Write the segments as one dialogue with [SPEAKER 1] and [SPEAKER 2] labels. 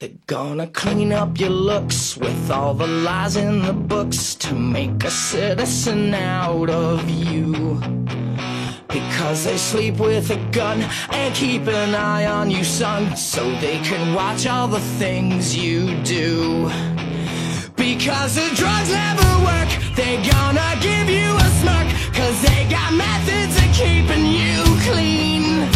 [SPEAKER 1] They're gonna clean up your looks with all the lies in the books to make a citizen out of you. Because they sleep with a gun and keep an eye on you, son, so they can watch all the things you do. Because the drugs never work, they're gonna give you a smirk, cause they got methods of keeping you clean.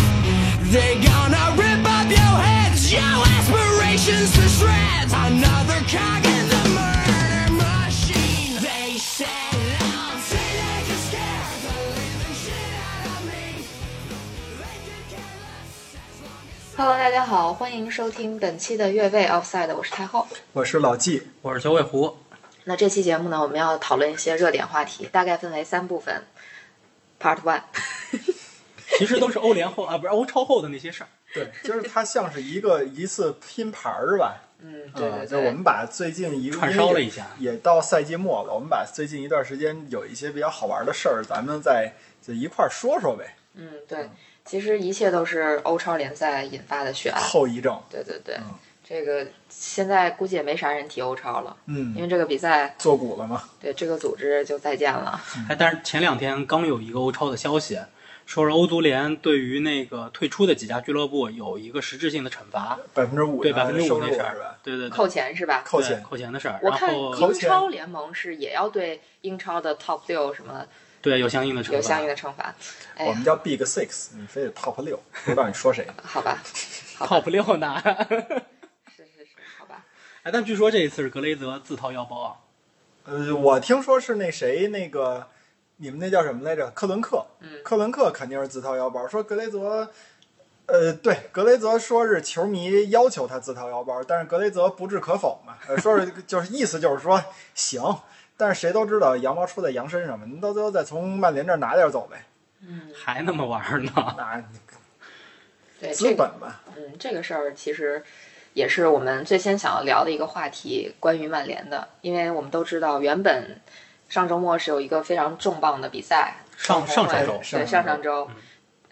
[SPEAKER 1] They're gonna rip up your heads, your aspirations to shreds. Another cog in the murder machine. They set it on, say they can scare the living shit out of me. They could care less as long as.
[SPEAKER 2] Hello，大家好，欢迎收听本期的越位 Offside，我是太后。
[SPEAKER 3] 我是老 纪，
[SPEAKER 4] 我是九尾狐，
[SPEAKER 2] 那这期节目呢，我们要讨论一些热点话题，大概分为三部分。Part One，
[SPEAKER 4] 其实都是欧联后啊，不是欧超后的那些事儿。
[SPEAKER 3] 对，就是它像是一个一次拼盘儿 吧，
[SPEAKER 2] 嗯，对
[SPEAKER 3] 啊，
[SPEAKER 2] 对
[SPEAKER 3] 就我
[SPEAKER 2] 对，
[SPEAKER 3] 们把最近一个
[SPEAKER 4] 串烧了一下
[SPEAKER 3] 因为也也到赛季末了，我们把最近一段时间有一些比较好玩的事儿，咱们再就一块儿说说呗。
[SPEAKER 2] 嗯对，其实一切都是欧超联赛引发的血案。
[SPEAKER 3] 后遗症，
[SPEAKER 2] 对对对
[SPEAKER 3] 嗯，
[SPEAKER 2] 这个现在估计也没啥人提欧超了，因
[SPEAKER 3] 嗯，
[SPEAKER 2] 为这个比赛，
[SPEAKER 3] 做股了嘛，
[SPEAKER 2] 对这个组织就再见了。
[SPEAKER 3] 嗯
[SPEAKER 4] 哎，但是前两天刚有一个欧超的消息，说是欧足联对于那个退出的几家俱乐部有一个实质性的惩
[SPEAKER 2] 啊
[SPEAKER 4] 罚，
[SPEAKER 3] 百分之五
[SPEAKER 4] 对百分之五
[SPEAKER 3] 收
[SPEAKER 4] 那
[SPEAKER 3] 入
[SPEAKER 4] 事
[SPEAKER 3] 是
[SPEAKER 4] 儿
[SPEAKER 3] 吧？，
[SPEAKER 4] 对对对，
[SPEAKER 2] 扣钱是吧？
[SPEAKER 3] 扣
[SPEAKER 4] 对
[SPEAKER 3] 钱，
[SPEAKER 4] 扣钱的事儿。
[SPEAKER 2] 我
[SPEAKER 4] 然
[SPEAKER 2] 看
[SPEAKER 4] 后
[SPEAKER 2] 英超联盟是也要对英超的 Top 六什么
[SPEAKER 4] 对有相应的惩罚，
[SPEAKER 2] 有相应的惩罚。哎
[SPEAKER 3] 我
[SPEAKER 2] 呀
[SPEAKER 3] 们，叫 Big Six，你非得 Top 六，不知道你说谁？
[SPEAKER 2] 好吧，好吧，
[SPEAKER 4] top 六呢。
[SPEAKER 2] 是是是，好吧。
[SPEAKER 4] 哎，但据说这一次是格雷泽自掏腰包啊，
[SPEAKER 3] 呃，我听说是那谁那个，你们那叫什么来着？克伦克，
[SPEAKER 2] 嗯
[SPEAKER 3] 克伦克肯定是自掏腰包。说格雷泽，呃，对，格雷泽说是球迷要求他自掏腰包，但是格雷泽不置可否嘛， 呃、说是就是意思就是说行，但是谁都知道羊毛出在羊身上嘛，您到最后再从曼联这儿拿点儿走呗，
[SPEAKER 2] 嗯，
[SPEAKER 4] 还那么玩儿呢。
[SPEAKER 3] 那
[SPEAKER 2] 对，
[SPEAKER 3] 资
[SPEAKER 2] 哎这个，
[SPEAKER 3] 本吧，
[SPEAKER 2] 嗯，这个事儿其实也是我们最先想要聊的一个话题，关于曼联的，因为我们都知道，原本上周末是有一个非常重磅的比赛，
[SPEAKER 4] 上
[SPEAKER 2] 转
[SPEAKER 4] 上
[SPEAKER 2] 会
[SPEAKER 4] 上周
[SPEAKER 2] 对，
[SPEAKER 3] 上
[SPEAKER 2] 上
[SPEAKER 3] 上
[SPEAKER 2] 上周
[SPEAKER 4] 嗯，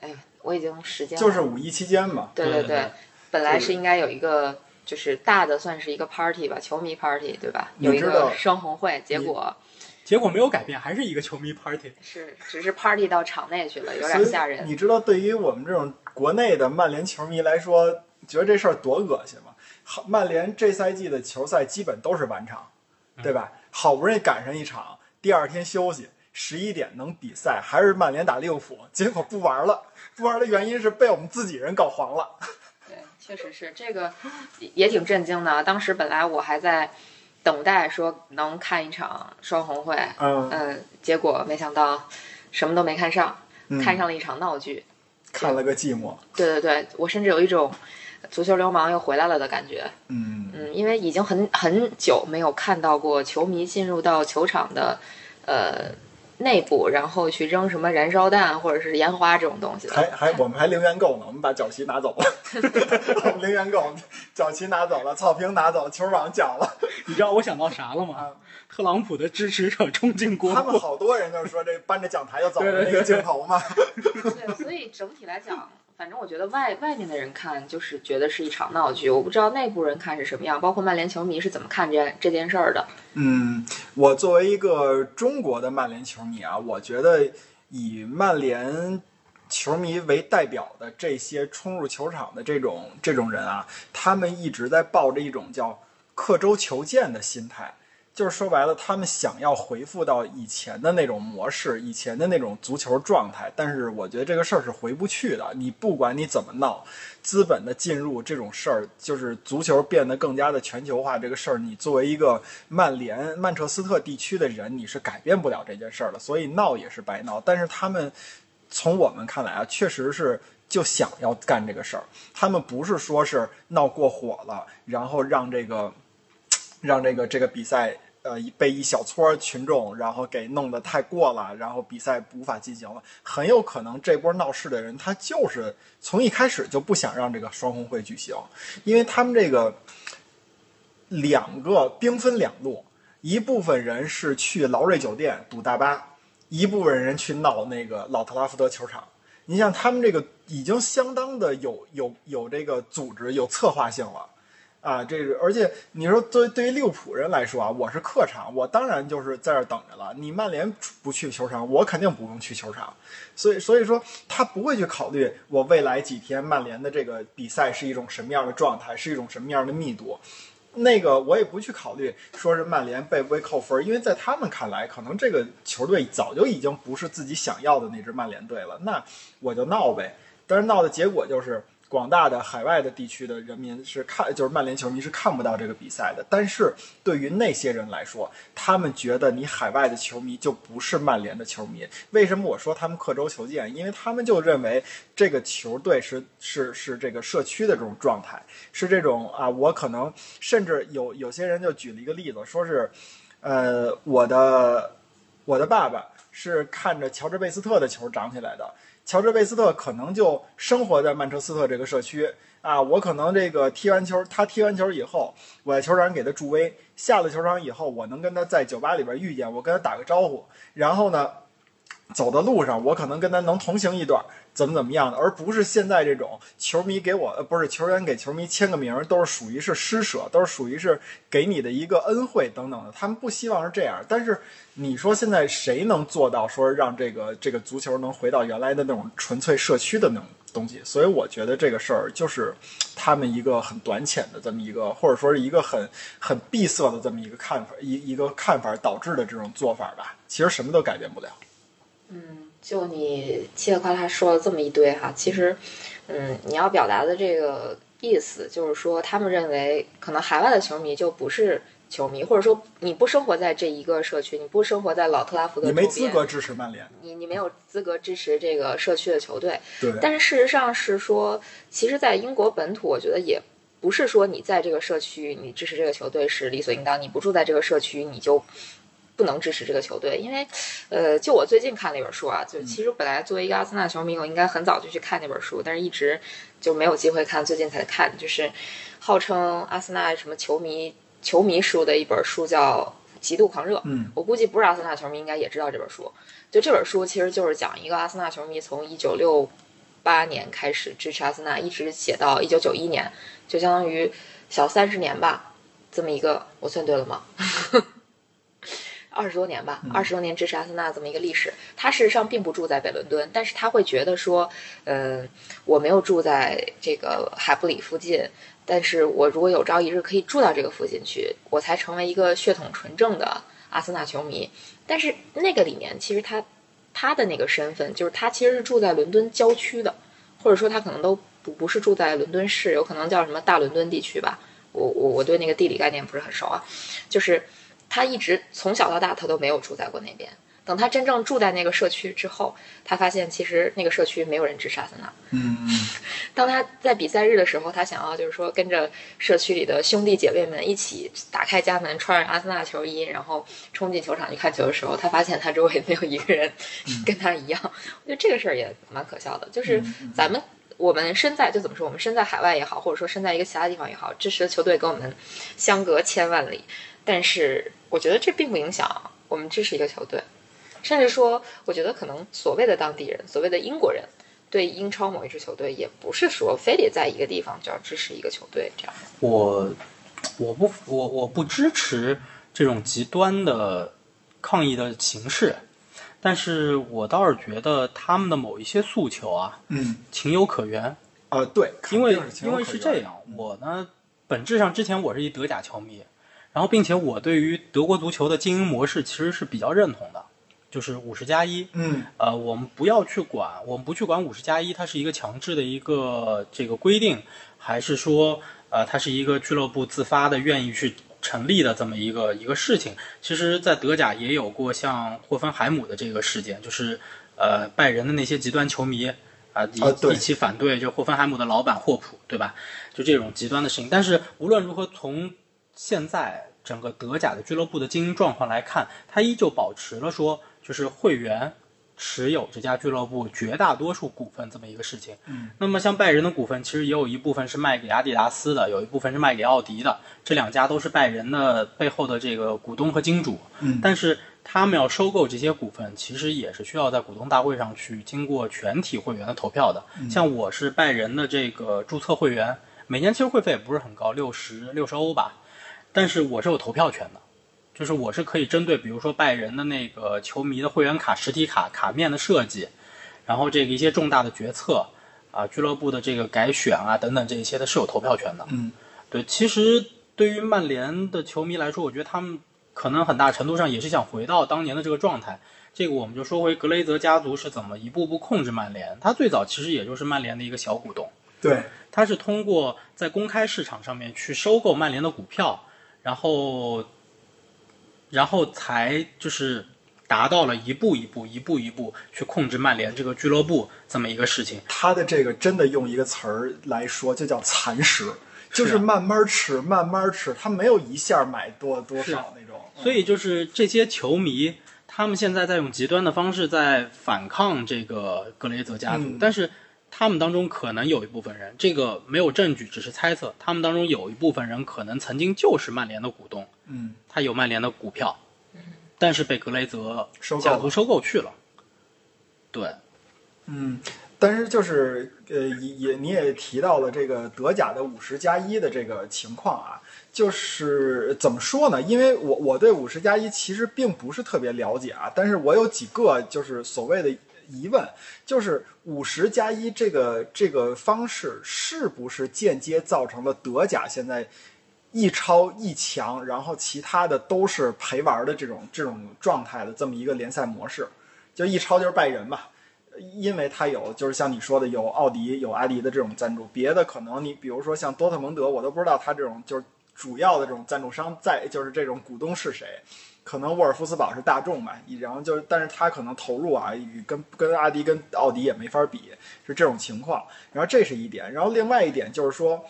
[SPEAKER 2] 哎呀，我已经时间了
[SPEAKER 3] 就是五一期间嘛，
[SPEAKER 2] 对
[SPEAKER 4] 对对
[SPEAKER 2] 对
[SPEAKER 4] 对，
[SPEAKER 2] 本来
[SPEAKER 3] 就是
[SPEAKER 2] 是应该有一个就是大的，算是一个 party 吧，球迷 party 对吧？
[SPEAKER 3] 你
[SPEAKER 2] 有一
[SPEAKER 3] 知道
[SPEAKER 2] 个双红会，结果
[SPEAKER 4] 结果没有改变，还是一个球迷 party。
[SPEAKER 2] 是只是 party 到场内去了，有
[SPEAKER 3] 所
[SPEAKER 2] 点
[SPEAKER 3] 以
[SPEAKER 2] 吓人。
[SPEAKER 3] 你知道，对于我们这种国内的曼联球迷来说，觉得这事儿多恶心吗？好，曼联这赛季的球赛基本都是晚场，对吧？好不容易赶上一场，第二天休息，十一点能比赛，还是曼联打利物浦，结果不玩了。不玩的原因是被我们自己人搞黄了。
[SPEAKER 2] 对，确实是这个也也挺震惊的。啊当时本来我还在等待说能看一场双红会，
[SPEAKER 3] 嗯
[SPEAKER 2] 嗯，结果没想到什么都没看上，
[SPEAKER 3] 嗯
[SPEAKER 2] 看上了一场闹剧。
[SPEAKER 3] 看了个寂寞，
[SPEAKER 2] 对对对，我甚至有一种足球流氓又回来了的感觉。
[SPEAKER 3] 嗯，
[SPEAKER 2] 嗯，因为已经很很久没有看到过球迷进入到球场的呃内部，然后去扔什么燃烧弹或者是烟花这种东西
[SPEAKER 3] 还
[SPEAKER 2] 了。
[SPEAKER 3] 还我们还零元购呢，我们把角旗拿走了， 我们零元购，角旗拿走了，草坪拿走了，球网缴了。
[SPEAKER 4] 你知道我想到啥了
[SPEAKER 2] 嗯
[SPEAKER 4] 吗？特朗普的支持者冲进国
[SPEAKER 3] 他们
[SPEAKER 4] 库，
[SPEAKER 3] 好多人就是说这搬着讲台就走的那个镜头嘛，
[SPEAKER 2] 对，所以整体来讲，反正我觉得外外面的人看就是觉得是一场闹剧，我不知道内部人看是什么样，包括曼联球迷是怎么看这这件事儿的。
[SPEAKER 3] 嗯，我作为一个中国的曼联球迷啊，我觉得以曼联球迷为代表的这些冲入球场的这种这种人啊，他们一直在抱着一种叫刻舟求剑的心态。就是说白了，他们想要回复到以前的那种模式，以前的那种足球状态，但是我觉得这个事儿是回不去的。你不管你怎么闹，资本的进入这种事儿，就是足球变得更加的全球化这个事儿，你作为一个曼联、曼彻斯特地区的人，你是改变不了这件事儿的，所以闹也是白闹。但是他们从我们看来啊，确实是就想要干这个事儿，他们不是说是闹过火了，然后让这个让这个这个比赛。呃，一被一小撮儿群众，然后给弄得太过了，然后比赛无法进行了。很有可能这波闹事的人，他就是从一开始就不想让这个双红会举行，因为他们这个两个兵分两路，一部分人是去劳瑞酒店堵大巴，一部分人去闹那个老特拉福德球场。你像他们这个已经相当的有有有这个组织有策划性了，啊，这个而且你说作为对于利物浦人来说啊，我是客场，我当然就是在这儿等着了。你曼联不去球场，我肯定不用去球场，所以所以说他不会去考虑我未来几天曼联的这个比赛是一种什么样的状态，是一种什么样的密度。那个我也不去考虑，说是曼联被不会扣分，因为在他们看来，可能这个球队早就已经不是自己想要的那支曼联队了。那我就闹呗，但是闹的结果就是广大的海外的地区的人民是看，就是曼联球迷是看不到这个比赛的。但是对于那些人来说，他们觉得你海外的球迷就不是曼联的球迷。为什么我说他们刻舟求剑？因为他们就认为这个球队是是是这个社区的这种状态，是这种啊，我可能甚。甚至有有些人就举了一个例子，说是，呃，我的我的爸爸是看着乔治贝斯特的球长起来的，乔治贝斯特可能就生活在曼彻斯特这个社区啊，我可能这个踢完球，他踢完球以后，我在球场给他助威，下了球场以后，我能跟他在酒吧里边遇见，我跟他打个招呼，然后呢。走的路上，我可能跟他能同行一段，怎么怎么样的，而不是现在这种球迷给我，呃，不是球员给球迷签个名，都是属于是施舍，都是属于是给你的一个恩惠等等的，他们不希望是这样。但是你说现在谁能做到说让这个这个足球能回到原来的那种纯粹社区的那种东西？所以我觉得这个事儿就是他们一个很短浅的这么一个，或者说是一个很很闭塞的这么一个看法，一一个看法导致的这种做法吧。其实什么都改变不了。
[SPEAKER 2] 嗯，就你嘁里夸啦说了这么一堆哈，其实，嗯，你要表达的这个意思就是说，他们认为可能海外的球迷就不是球迷，或者说你不生活在这一个社区，你不生活在老特拉福德
[SPEAKER 3] 你
[SPEAKER 2] 周
[SPEAKER 3] 没
[SPEAKER 2] 边，
[SPEAKER 3] 资格支持曼联。
[SPEAKER 2] 你你没有资格支持这个社区的球队。
[SPEAKER 3] 对，
[SPEAKER 2] 但是事实上是说，其实，在英国本土，我觉得也不是说你在这个社区你支持这个球队是理所应当，你不住在这个社区你就不能支持这个球队，因为，呃，就我最近看了一本书啊，就
[SPEAKER 3] 嗯
[SPEAKER 2] 其实本来作为一个阿森纳球迷，我应该很早就去看那本书，但是一直就没有机会看，最近才看，就是号称阿森纳什么球迷球迷书的一本书叫《极度狂热》，
[SPEAKER 3] 嗯，
[SPEAKER 2] 我估计不是阿森纳球迷应该也知道这本书。就这本书其实就是讲一个阿森纳球迷从一九六八年开始支持阿森纳，一直写到一九九一年，就相当于小三十年吧，这么一个，我算对了吗？ 二十多年吧，二十多年支持阿森纳这么一个历史，他事实上并不住在北伦敦，但是他会觉得说，嗯，我没有住在这个海布里附近，但是我如果有朝一日可以住到这个附近去，我才成为一个血统纯正的阿森纳球迷。但是那个里面，其实他他的那个身份，就是他其实是住在伦敦郊区的，或者说他可能都不不是住在伦敦市，有可能叫什么大伦敦地区吧。我我我对那个地理概念不是很熟啊，就是他一直从小到大他都没有住在过那边。等他真正住在那个社区之后，他发现其实那个社区没有人支持阿森纳，
[SPEAKER 3] 嗯，
[SPEAKER 2] 当他在比赛日的时候，他想要就是说跟着社区里的兄弟姐妹们一起打开家门，穿着阿森纳球衣，然后冲进球场去看球的时候，他发现他周围没有一个人 跟他一样。我觉得这个事儿也蛮可笑的，就是咱们我们身在就怎么说，我们身在海外也好，或者说身在一个其他地方也好，支持的球队跟我们相隔千万里，但是我觉得这并不影响我们支持一个球队。甚至说，我觉得可能所谓的当地人，所谓的英国人，对英超某一支球队，也不是说非得在一个地方就要支持一个球队这样。
[SPEAKER 4] 我我不我我不支持这种极端的抗议的形式，但是我倒是觉得他们的某一些诉求啊，
[SPEAKER 3] 嗯，
[SPEAKER 4] 情有可原，
[SPEAKER 3] 啊，对，
[SPEAKER 4] 因为
[SPEAKER 3] 肯定情
[SPEAKER 4] 因
[SPEAKER 3] 有
[SPEAKER 4] 为
[SPEAKER 3] 可
[SPEAKER 4] 是
[SPEAKER 3] 原嗯
[SPEAKER 4] 这样，我呢本质上之前我是一德甲球迷，然后并且我对于德国足球的经营模式其实是比较认同的，就是五十加一，
[SPEAKER 3] 嗯
[SPEAKER 4] 呃，我们不要去管，我们不去管五十加一，它是一个强制的一个这个规定，还是说，呃，它是一个俱乐部自发的愿意去成立的这么一个一个事情。其实，在德甲也有过像霍芬海姆的这个事件，就是呃拜仁的那些极端球迷啊、一、
[SPEAKER 3] 啊对
[SPEAKER 4] 一起反对就霍芬海姆的老板霍普，对吧？就这种极端的事情。但是无论如何，从现在整个德甲的俱乐部的经营状况来看，它依旧保持了说就是会员持有这家俱乐部绝大多数股份这么一个事情。嗯，那么像拜仁的股份，其实也有一部分是卖给阿迪达斯的，有一部分是卖给奥迪的，这两家都是拜仁的背后的这个股东和金主。嗯，但是他们要收购这些股份，其实也是需要在股东大会上嗯去经过全体会员的投票的。像我是拜仁的这个注册会员。每年其实会费也不是很高，六十六十欧吧，但是我是有投票权的，就是我是可以针对比如说拜仁的那个球迷的会员卡、实体卡卡面的设计，然后这个一些重大的决策啊，俱乐部的这个改选啊等等这一些的是有投票权的。
[SPEAKER 3] 嗯，
[SPEAKER 4] 对，其实对于曼联的球迷来说，我觉得他们可能很大程度上也是想回到当年的这个状态。这个我们就说回格雷泽家族是怎么一步步控制曼联。他最早其实也就是曼联的一个小股东，
[SPEAKER 3] 对，
[SPEAKER 4] 他是通过在公开市场上面去收购曼联的股票，然后，然后才就是达到了一步一步、一步一步去控制曼联这个俱乐部这么一个事情。
[SPEAKER 3] 他的这个真的用一个词儿来说，就叫蚕食，就是
[SPEAKER 4] 啊
[SPEAKER 3] 慢慢吃，慢慢吃，他没有一下买多多
[SPEAKER 4] 是啊
[SPEAKER 3] 少那种。嗯
[SPEAKER 4] 所以就是这些球迷，他们现在在用极端的方式在反抗这个格雷泽家族，
[SPEAKER 3] 嗯
[SPEAKER 4] 但是他们当中可能有一部分人，这个没有证据，只是猜测，他们当中有一部分人可能曾经就是曼联的股东，
[SPEAKER 3] 嗯，
[SPEAKER 4] 他有曼联的股票，但是被格雷泽
[SPEAKER 3] 收购
[SPEAKER 4] 家
[SPEAKER 3] 了
[SPEAKER 4] 族收购去了。对，
[SPEAKER 3] 嗯，但是就是呃，也也你也提到了这个德甲的五十加一的这个情况啊，就是怎么说呢？因为我我对五十加一其实并不是特别了解啊，但是我有几个就是所谓的疑问，就是五十加一这个这个方式是不是间接造成了德甲现在一超一强，然后其他的都是陪玩的这种这种状态的这么一个联赛模式？就一超就是拜仁嘛，因为它有，就是像你说的有奥迪、有阿迪的这种赞助，别的可能你比如说像多特蒙德，我都不知道它这种就是主要的这种赞助商在，就是这种股东是谁。可能沃尔夫斯堡是大众吧，然后就是，但是它可能投入啊，与跟跟阿迪、跟奥迪也没法比，是这种情况。然后这是一点，然后另外一点就是说，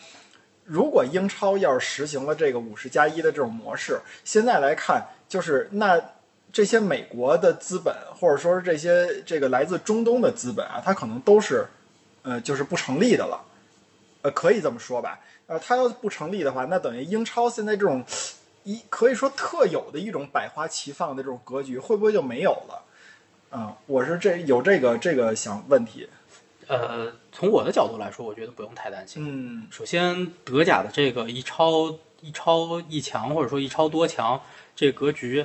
[SPEAKER 3] 如果英超要是实行了这个五十加一的这种模式，现在来看，就是那这些美国的资本，或者说是这些这个来自中东的资本啊，它可能都是，呃，就是不成立的了，呃，可以这么说吧。呃，它要不成立的话，那等于英超现在这种一可以说特有的一种百花齐放的这种格局，会不会就没有了？啊、我是这有这个这个想问题，
[SPEAKER 4] 呃，从我的角度来说，我觉得不用太担心。
[SPEAKER 3] 嗯
[SPEAKER 4] 首先，德甲的这个一超一超一强，或者说一超多强这个格局，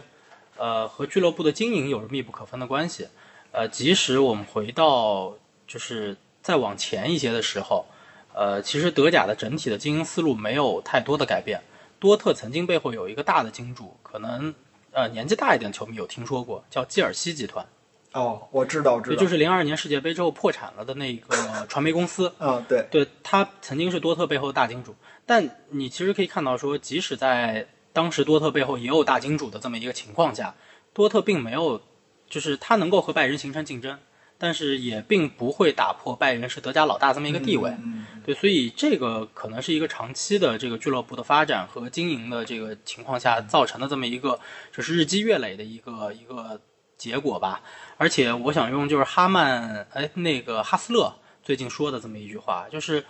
[SPEAKER 4] 呃，和俱乐部的经营有着密不可分的关系。呃，即使我们回到就是再往前一些的时候，呃，其实德甲的整体的经营思路没有太多的改变。多特曾经背后有一个大的金主，可能呃年纪大一点的球迷有听说过，叫基尔西集团，
[SPEAKER 3] 哦，我知道，我知
[SPEAKER 4] 也
[SPEAKER 3] 道，
[SPEAKER 4] 就是零二年世界杯之后破产了的那个传媒公司。
[SPEAKER 3] 啊、对，
[SPEAKER 4] 对他曾经是多特背后的大金主，但你其实可以看到说，即使在当时多特背后也有大金主的这么一个情况下，多特并没有，就是他能够和拜仁形成竞争，但是也并不会打破拜仁是德甲老大这么一个地位。
[SPEAKER 3] 嗯，
[SPEAKER 4] 对，所以这个可能是一个长期的这个俱乐部的发展和经营的这个情况下造成的这么一个，就是日积月累的一个一个结果吧。而且我想用就是哈曼哎那个哈斯勒最近说的这么一句话，就是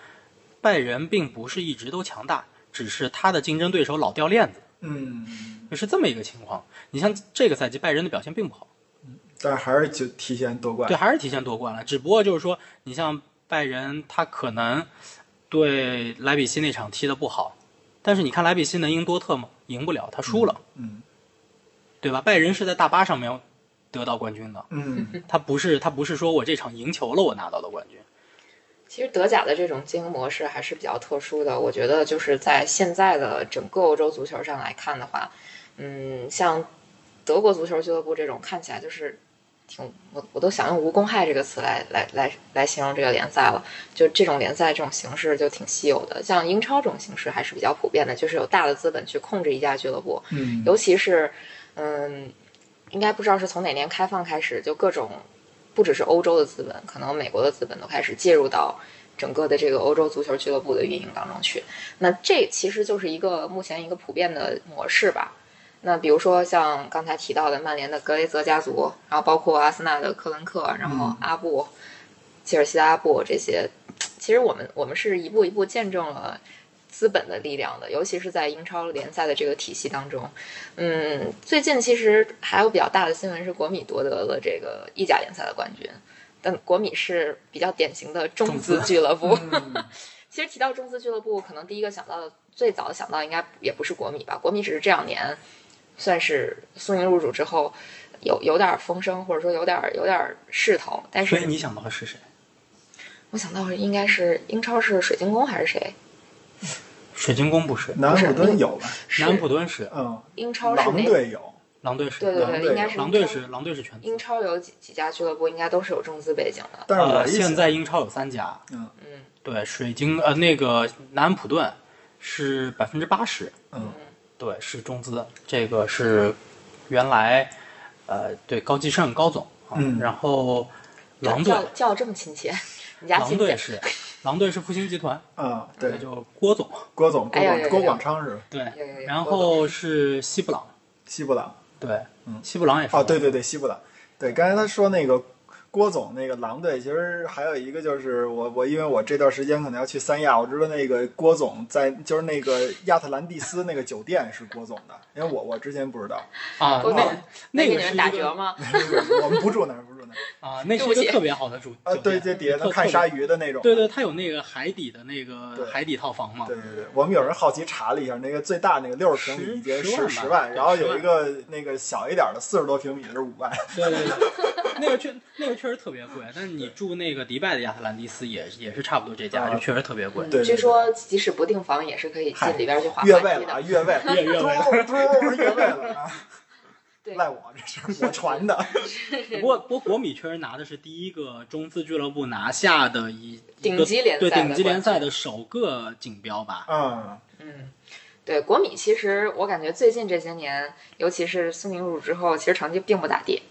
[SPEAKER 4] 拜仁并不是一直都强大，只是他的竞争对手老掉链子，
[SPEAKER 3] 嗯，
[SPEAKER 4] 就是这么一个情况。你像这个赛季拜仁的表现并不好。
[SPEAKER 3] 但是还是就提前夺冠
[SPEAKER 4] 对，，啊还是提前夺冠了。只不过就是说，你像拜仁，他可能对莱比锡那场踢得不好，但是你看莱比锡能赢多特吗？赢不了，他输了，
[SPEAKER 3] 嗯
[SPEAKER 4] 对吧？拜仁是在大巴上面得到冠军的，
[SPEAKER 3] 嗯。
[SPEAKER 4] 他不是他不是说我这场赢球了我拿到的冠军。
[SPEAKER 2] 其实德甲的这种经营模式还是比较特殊的，我觉得就是在现在的整个欧洲足球上来看的话，嗯，像德国足球俱乐部这种看起来就是挺我我都想用无公害这个词来来来来形容这个联赛了，就这种联赛这种形式就挺稀有的，像英超这种形式还是比较普遍的，就是有大的资本去控制一家俱乐部，
[SPEAKER 3] 嗯
[SPEAKER 2] 尤其是，嗯，应该不知道是从哪年开放开始，就各种不只是欧洲的资本，可能美国的资本都开始介入到整个的这个欧洲足球俱乐部的运营当中去。那这其实就是一个目前一个普遍的模式吧。那比如说像刚才提到的曼联的格雷泽家族，然后包括阿森纳的克伦克，然后
[SPEAKER 3] 嗯
[SPEAKER 2] 阿布、切尔西的阿布这些，其实我们我们是一步一步见证了资本的力量的，尤其是在英超联赛的这个体系当中。嗯，最近其实还有比较大的新闻是国米夺得了这个意甲联赛的冠军，但国米是比较典型的中
[SPEAKER 4] 中资
[SPEAKER 2] 资俱乐部。
[SPEAKER 3] 嗯
[SPEAKER 2] 其实提到中资俱乐部，可能第一个想到的，最早想到应该也不是国米吧？国米只是这两年算是苏宁入主之后有有点风声，或者说有点有点势头。但
[SPEAKER 4] 所以你
[SPEAKER 2] 是
[SPEAKER 4] 想到的是谁？
[SPEAKER 2] 我想到的应该是英超是水晶宫还是谁？
[SPEAKER 4] 水晶宫不是，
[SPEAKER 3] 南普敦有吧？
[SPEAKER 2] 是
[SPEAKER 4] 南普敦是，
[SPEAKER 3] 嗯，
[SPEAKER 2] 英超是
[SPEAKER 3] 狼
[SPEAKER 2] 哪？
[SPEAKER 3] 队有，
[SPEAKER 4] 狼队是，
[SPEAKER 2] 对对
[SPEAKER 3] 狼
[SPEAKER 2] 对，
[SPEAKER 3] 队
[SPEAKER 2] 应该是
[SPEAKER 4] 狼
[SPEAKER 2] 英
[SPEAKER 4] 队
[SPEAKER 2] 超
[SPEAKER 4] 是狼队是全呃资
[SPEAKER 2] 英。超有几几家俱乐部应该都是有中资背景的。
[SPEAKER 3] 但是我
[SPEAKER 4] 呃，
[SPEAKER 3] 一想
[SPEAKER 4] 现在英超有三家，
[SPEAKER 2] 嗯，
[SPEAKER 4] 对，水晶呃那个南安普顿是百分之八十，
[SPEAKER 3] 嗯，
[SPEAKER 4] 对，是中资，这个是原来呃对高继胜高总啊，
[SPEAKER 3] 嗯
[SPEAKER 4] 然后狼队
[SPEAKER 2] 叫叫这么亲切， 你家
[SPEAKER 4] 狼
[SPEAKER 2] 亲
[SPEAKER 4] 队
[SPEAKER 2] 戚
[SPEAKER 4] 是狼队是复兴集团，
[SPEAKER 3] 嗯，
[SPEAKER 4] 那
[SPEAKER 3] 对，
[SPEAKER 4] 就郭总
[SPEAKER 3] 郭总，郭
[SPEAKER 2] 哎呀
[SPEAKER 3] 广
[SPEAKER 2] 呀呀
[SPEAKER 3] 郭广昌是
[SPEAKER 4] 对
[SPEAKER 2] 有有，有
[SPEAKER 4] 然
[SPEAKER 2] 郭总
[SPEAKER 4] 后是西布朗
[SPEAKER 3] 西布朗，
[SPEAKER 4] 对
[SPEAKER 3] 嗯，
[SPEAKER 4] 西布朗也是
[SPEAKER 3] 哦，对对对，西布朗，对，刚才他说那个郭总那个狼队，其实还有一个就是我我因为我这段时间可能要去三亚，我知道那个郭总在就是那个亚特兰蒂斯那个酒店是郭总的，因为我我之前不知道，
[SPEAKER 4] 啊，
[SPEAKER 2] 郭
[SPEAKER 4] 那
[SPEAKER 2] 总
[SPEAKER 4] 那
[SPEAKER 2] 给
[SPEAKER 4] 个
[SPEAKER 2] 你们
[SPEAKER 4] 是一
[SPEAKER 2] 打
[SPEAKER 4] 个
[SPEAKER 2] 折吗？
[SPEAKER 3] 我们不住那儿，不住那儿，
[SPEAKER 4] 啊，那是
[SPEAKER 2] 对不
[SPEAKER 4] 一个
[SPEAKER 2] 起
[SPEAKER 4] 特别好的主
[SPEAKER 3] 啊，
[SPEAKER 4] 酒
[SPEAKER 3] 对，
[SPEAKER 4] 店
[SPEAKER 3] 这底下
[SPEAKER 4] 特
[SPEAKER 3] 能看
[SPEAKER 4] 特别
[SPEAKER 3] 鲨鱼的那种，
[SPEAKER 4] 对对，它有那个海底的那个
[SPEAKER 3] 对
[SPEAKER 4] 海底套房嘛
[SPEAKER 3] 对，对对，我们有人好奇查了一下，那个最大那个六十平米
[SPEAKER 4] 十
[SPEAKER 3] 的是
[SPEAKER 4] 十
[SPEAKER 3] 十
[SPEAKER 4] 万吧
[SPEAKER 3] 万，然后
[SPEAKER 4] 对十
[SPEAKER 3] 有
[SPEAKER 4] 万
[SPEAKER 3] 一个那个小一点的四十多平米的是五万，
[SPEAKER 4] 对对对，那个确那个确实特别贵，但是你住那个迪拜的亚特兰蒂斯也也是差不多这价，
[SPEAKER 3] 啊
[SPEAKER 4] 就确实特别贵。
[SPEAKER 3] 对对
[SPEAKER 2] 据说即使不订房也是可以进里边去滑
[SPEAKER 3] 越
[SPEAKER 2] 滑
[SPEAKER 3] 位
[SPEAKER 2] 梯
[SPEAKER 3] 了
[SPEAKER 2] 的。
[SPEAKER 3] 啊，越位了，
[SPEAKER 4] 越越位
[SPEAKER 3] 嘟嘟越位了啊，
[SPEAKER 2] 对，
[SPEAKER 3] 赖我这是我传的，
[SPEAKER 4] 不过不过国米确实拿的是第一个中资俱乐部拿下的一一
[SPEAKER 2] 顶
[SPEAKER 4] 个
[SPEAKER 2] 级联赛
[SPEAKER 4] 对
[SPEAKER 2] 的
[SPEAKER 4] 顶级联赛
[SPEAKER 2] 冠
[SPEAKER 4] 的首个锦标吧。
[SPEAKER 3] 嗯，
[SPEAKER 2] 嗯，对，国米其实我感觉最近这些年，尤其是苏宁入主之后，其实成绩并不咋地。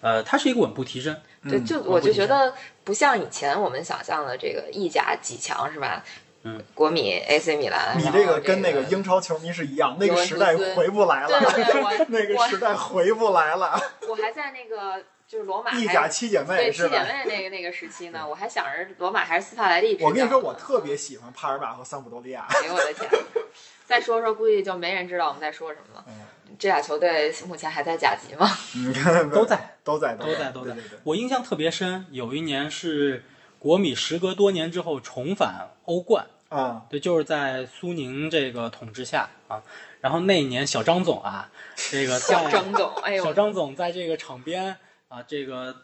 [SPEAKER 4] 呃，它是一个稳步提升，
[SPEAKER 2] 对，
[SPEAKER 3] 嗯
[SPEAKER 2] 就
[SPEAKER 4] 稳
[SPEAKER 2] 我
[SPEAKER 4] 步
[SPEAKER 2] 就
[SPEAKER 4] 提
[SPEAKER 2] 觉
[SPEAKER 4] 升
[SPEAKER 2] 得不像以前我们想象的这个意甲几强是吧？
[SPEAKER 4] 嗯，
[SPEAKER 2] 国米、AC 米兰，
[SPEAKER 3] 你
[SPEAKER 2] 然
[SPEAKER 3] 这
[SPEAKER 2] 后
[SPEAKER 3] 个跟那个英超球迷是一样，那
[SPEAKER 2] 尤
[SPEAKER 3] 个
[SPEAKER 2] 文
[SPEAKER 3] 时
[SPEAKER 2] 图
[SPEAKER 3] 代
[SPEAKER 2] 斯
[SPEAKER 3] 回不来
[SPEAKER 2] 对
[SPEAKER 3] 了，
[SPEAKER 2] 对对，我
[SPEAKER 3] 那个
[SPEAKER 2] 我
[SPEAKER 3] 时代回不来了，
[SPEAKER 2] 我还在那个就是罗马
[SPEAKER 3] 意
[SPEAKER 2] 还
[SPEAKER 3] 甲七姐妹
[SPEAKER 2] 哎对
[SPEAKER 3] 是
[SPEAKER 2] 七姐
[SPEAKER 3] 吧？
[SPEAKER 2] 妹那个那个时期呢，我还想着罗马还是斯帕莱利执教呢。
[SPEAKER 3] 我跟你说，我特别喜欢帕尔马和桑普多利亚，
[SPEAKER 2] 哎呦我的天！再说说，估计就没人知道我们在说什么了。这俩球队目前还在甲级吗？
[SPEAKER 3] 嗯你看
[SPEAKER 4] 都在
[SPEAKER 3] 都在
[SPEAKER 4] 都在
[SPEAKER 3] 在
[SPEAKER 4] 都
[SPEAKER 3] 哦对
[SPEAKER 4] 在
[SPEAKER 3] 对对。
[SPEAKER 4] 我印象特别深，有一年是国米时隔多年之后重返欧冠，
[SPEAKER 3] 啊，
[SPEAKER 4] 对，就是在苏宁这个统治下啊。然后那一年小张总啊，这个在
[SPEAKER 2] 小张总，哎
[SPEAKER 4] 小
[SPEAKER 2] 呦，
[SPEAKER 4] 张总在这个场边啊，这个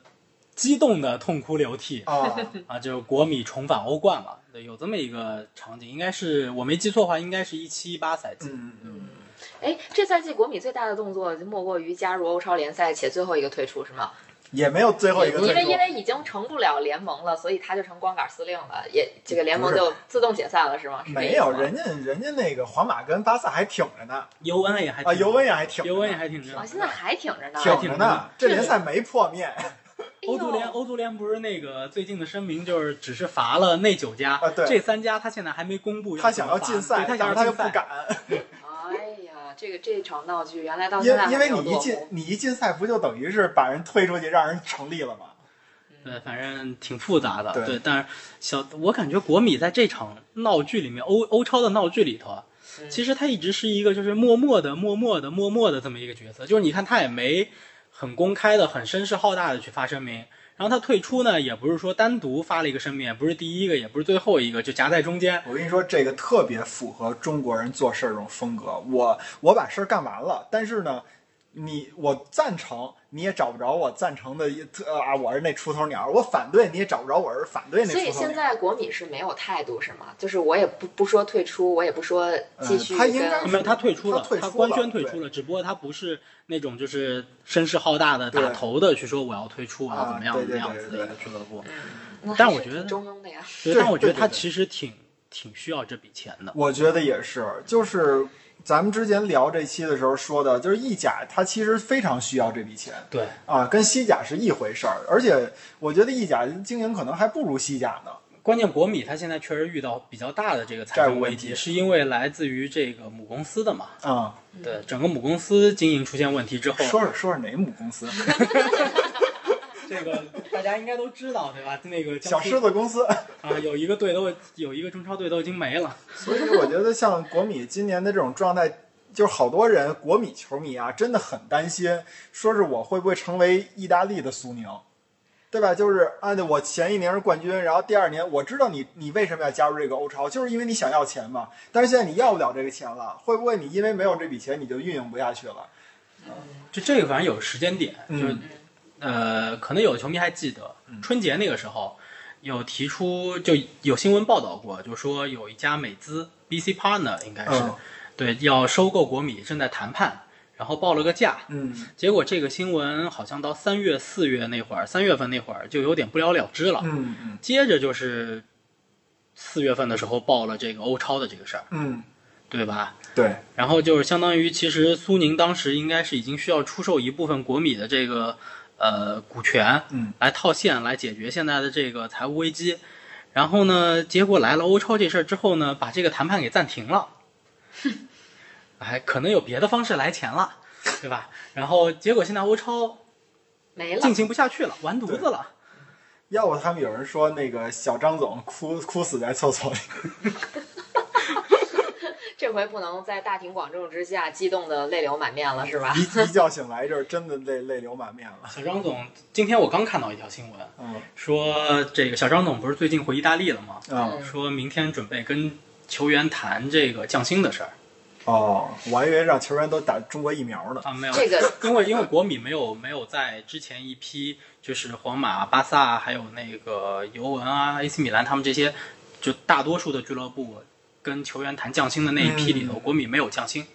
[SPEAKER 4] 激动的痛哭流涕
[SPEAKER 3] 啊，
[SPEAKER 4] 啊，就是国米重返欧冠了，对，有这么一个场景，应该是我没记错的话，应该是一七一八赛季。
[SPEAKER 3] 嗯嗯，
[SPEAKER 2] 哎，这赛季国米最大的动作就莫过于加入欧超联赛且最后一个退出是吗？
[SPEAKER 3] 也没有最后一个
[SPEAKER 2] 因
[SPEAKER 3] 退
[SPEAKER 2] 为
[SPEAKER 3] 出
[SPEAKER 2] 因，为已经成不了联盟了，所以他就成光杆司令了，也这个联盟
[SPEAKER 3] 不是
[SPEAKER 2] 就自动解散了是吗？是这
[SPEAKER 3] 没
[SPEAKER 2] 意思
[SPEAKER 3] 有，
[SPEAKER 2] 吗
[SPEAKER 3] 人家人家那个皇马跟巴萨还挺着呢，
[SPEAKER 4] 尤文也还挺
[SPEAKER 3] 啊，尤文也还挺着呢，
[SPEAKER 4] 尤文也还挺着
[SPEAKER 2] 啊，现在还挺着呢。
[SPEAKER 3] 挺着呢，这
[SPEAKER 2] 是
[SPEAKER 3] 联赛没破灭
[SPEAKER 4] 欧足联
[SPEAKER 2] 哎呦
[SPEAKER 4] 欧足联不是那个最近的声明，就是只是罚了那九家，
[SPEAKER 3] 啊对
[SPEAKER 4] 这三家他现在还没公布
[SPEAKER 3] 他
[SPEAKER 4] 怎
[SPEAKER 3] 想
[SPEAKER 4] 么
[SPEAKER 3] 要
[SPEAKER 4] 罚
[SPEAKER 3] 禁赛，
[SPEAKER 4] 对他
[SPEAKER 3] 但
[SPEAKER 4] 想
[SPEAKER 3] 是
[SPEAKER 4] 要
[SPEAKER 3] 他又
[SPEAKER 4] 禁
[SPEAKER 3] 不
[SPEAKER 4] 赛。
[SPEAKER 2] 啊
[SPEAKER 3] 敢，
[SPEAKER 2] 哎呀，这个这场闹剧原来到
[SPEAKER 3] 因
[SPEAKER 2] 现在还
[SPEAKER 3] 因
[SPEAKER 2] 没
[SPEAKER 3] 为
[SPEAKER 2] 有
[SPEAKER 3] 你一
[SPEAKER 2] 落
[SPEAKER 3] 禁
[SPEAKER 2] 幕。
[SPEAKER 3] 你一禁赛，不就等于是把人推出去，让人成立了吗？
[SPEAKER 4] 对，反正挺复杂的。
[SPEAKER 3] 对
[SPEAKER 4] 但是小我感觉国米在这场闹剧里面，欧欧超的闹剧里头啊，
[SPEAKER 2] 嗯
[SPEAKER 4] 其实他一直是一个就是默默的、默默的、默默的这么一个角色。就是你看他也没很公开的、很声势浩大的去发声明，然后他退出呢，也不是说单独发了一个声明，也不是第一个，也不是最后一个，就夹在中间。
[SPEAKER 3] 我跟你说，这个特别符合中国人做事儿这种风格。我我把事儿干完了，但是呢，你我赞成，你也找不着我赞成的一特啊，我是那出头鸟；我反对，你也找不着我是反对那出
[SPEAKER 2] 所
[SPEAKER 3] 头鸟。
[SPEAKER 2] 以现在国米是没有态度是吗？就是我也不不说退出，我也不说继续跟、
[SPEAKER 3] 呃他应该
[SPEAKER 4] 没有，他退出了，
[SPEAKER 3] 他退出了
[SPEAKER 4] 官宣退出了，只不过他不是那种就是声势浩大的
[SPEAKER 3] 对
[SPEAKER 4] 打头的去说我要退出，我要怎么样
[SPEAKER 3] 啊
[SPEAKER 4] 怎
[SPEAKER 3] 对
[SPEAKER 4] 么
[SPEAKER 3] 对
[SPEAKER 4] 样
[SPEAKER 3] 对
[SPEAKER 4] 子的
[SPEAKER 3] 对
[SPEAKER 4] 一个俱乐部。
[SPEAKER 2] 那还
[SPEAKER 4] 但我
[SPEAKER 2] 是
[SPEAKER 4] 觉得
[SPEAKER 2] 挺中庸的呀。
[SPEAKER 4] 对，
[SPEAKER 3] 对
[SPEAKER 4] 但我觉得
[SPEAKER 3] 对对
[SPEAKER 4] 他
[SPEAKER 3] 对
[SPEAKER 4] 其实挺挺需要这笔钱的。
[SPEAKER 3] 我觉得也是，就是咱们之前聊这期的时候说的，就是意甲它其实非常需要这笔钱
[SPEAKER 4] 对，
[SPEAKER 3] 啊，跟西甲是一回事儿，而且我觉得意甲经营可能还不如西甲呢。
[SPEAKER 4] 关键国米他现在确实遇到比较大的这个财
[SPEAKER 3] 债务
[SPEAKER 4] 政
[SPEAKER 3] 问
[SPEAKER 4] 危机，
[SPEAKER 3] 题
[SPEAKER 4] 是因为来自于这个母公司的嘛？
[SPEAKER 3] 啊、
[SPEAKER 4] 对，整个母公司经营出现问题之后，
[SPEAKER 3] 说说说说哪母公司？
[SPEAKER 4] 这个大家应该都知道对吧？那个
[SPEAKER 3] 小
[SPEAKER 4] 江苏
[SPEAKER 3] 狮子公司。
[SPEAKER 4] 啊，有一个队都有一个中超队都已经没了。
[SPEAKER 3] 所以我觉得像国米今年的这种状态，就是好多人国米球迷啊，真的很担心，说是我会不会成为意大利的苏宁？对吧？就是啊，我前一年是冠军，然后第二年我知道你你为什么要加入这个欧超，就是因为你想要钱嘛。但是现在你要不了这个钱了，会不会你因为没有这笔钱你就运营不下去了？
[SPEAKER 4] 就这个反正有时间点，就
[SPEAKER 3] 嗯
[SPEAKER 4] 是呃，可能有的球迷还记得春节那个时候有提出，就有新闻报道过，就说有一家美资 BC Partner 应该是、
[SPEAKER 3] 嗯
[SPEAKER 4] 对要收购国米，正在谈判，然后报了个价，
[SPEAKER 3] 嗯
[SPEAKER 4] 结果这个新闻好像到三月、四月那会儿，三月份那会儿就有点不了了之了。
[SPEAKER 3] 嗯嗯
[SPEAKER 4] 接着就是四月份的时候报了这个欧超的这个事儿，
[SPEAKER 3] 嗯，
[SPEAKER 4] 对吧？
[SPEAKER 3] 对，
[SPEAKER 4] 然后就是相当于，其实苏宁当时应该是已经需要出售一部分国米的这个呃股权，
[SPEAKER 3] 嗯，
[SPEAKER 4] 来套现，来解决现在的这个财务危机。然后呢，结果来了欧超这事儿之后呢，把这个谈判给暂停了。哎，可能有别的方式来钱了，对吧？然后结果现在欧超
[SPEAKER 2] 没了
[SPEAKER 4] 进。行不下去了，完犊子了。
[SPEAKER 3] 要不他们有人说那个小张总哭哭死在厕所里，
[SPEAKER 2] 这回不能在大庭广众之下激动的泪流满面了，是吧？
[SPEAKER 3] 一一觉醒来这儿真的泪泪流满面了。
[SPEAKER 4] 小张总，今天我刚看到一条新闻，
[SPEAKER 3] 嗯
[SPEAKER 4] 说这个小张总不是最近回意大利了吗？
[SPEAKER 3] 啊
[SPEAKER 2] 嗯
[SPEAKER 4] 说明天准备跟球员谈这个降薪的事儿
[SPEAKER 3] 哦，我还以为让球员都打中国疫苗呢。
[SPEAKER 4] 啊，没有，
[SPEAKER 2] 这个
[SPEAKER 4] 因为因为国米没有没有在之前一批就是皇马、巴萨还有那个尤文啊、AC 米兰他们这些就大多数的俱乐部跟球员谈降薪的那一批里头，国米没有降薪。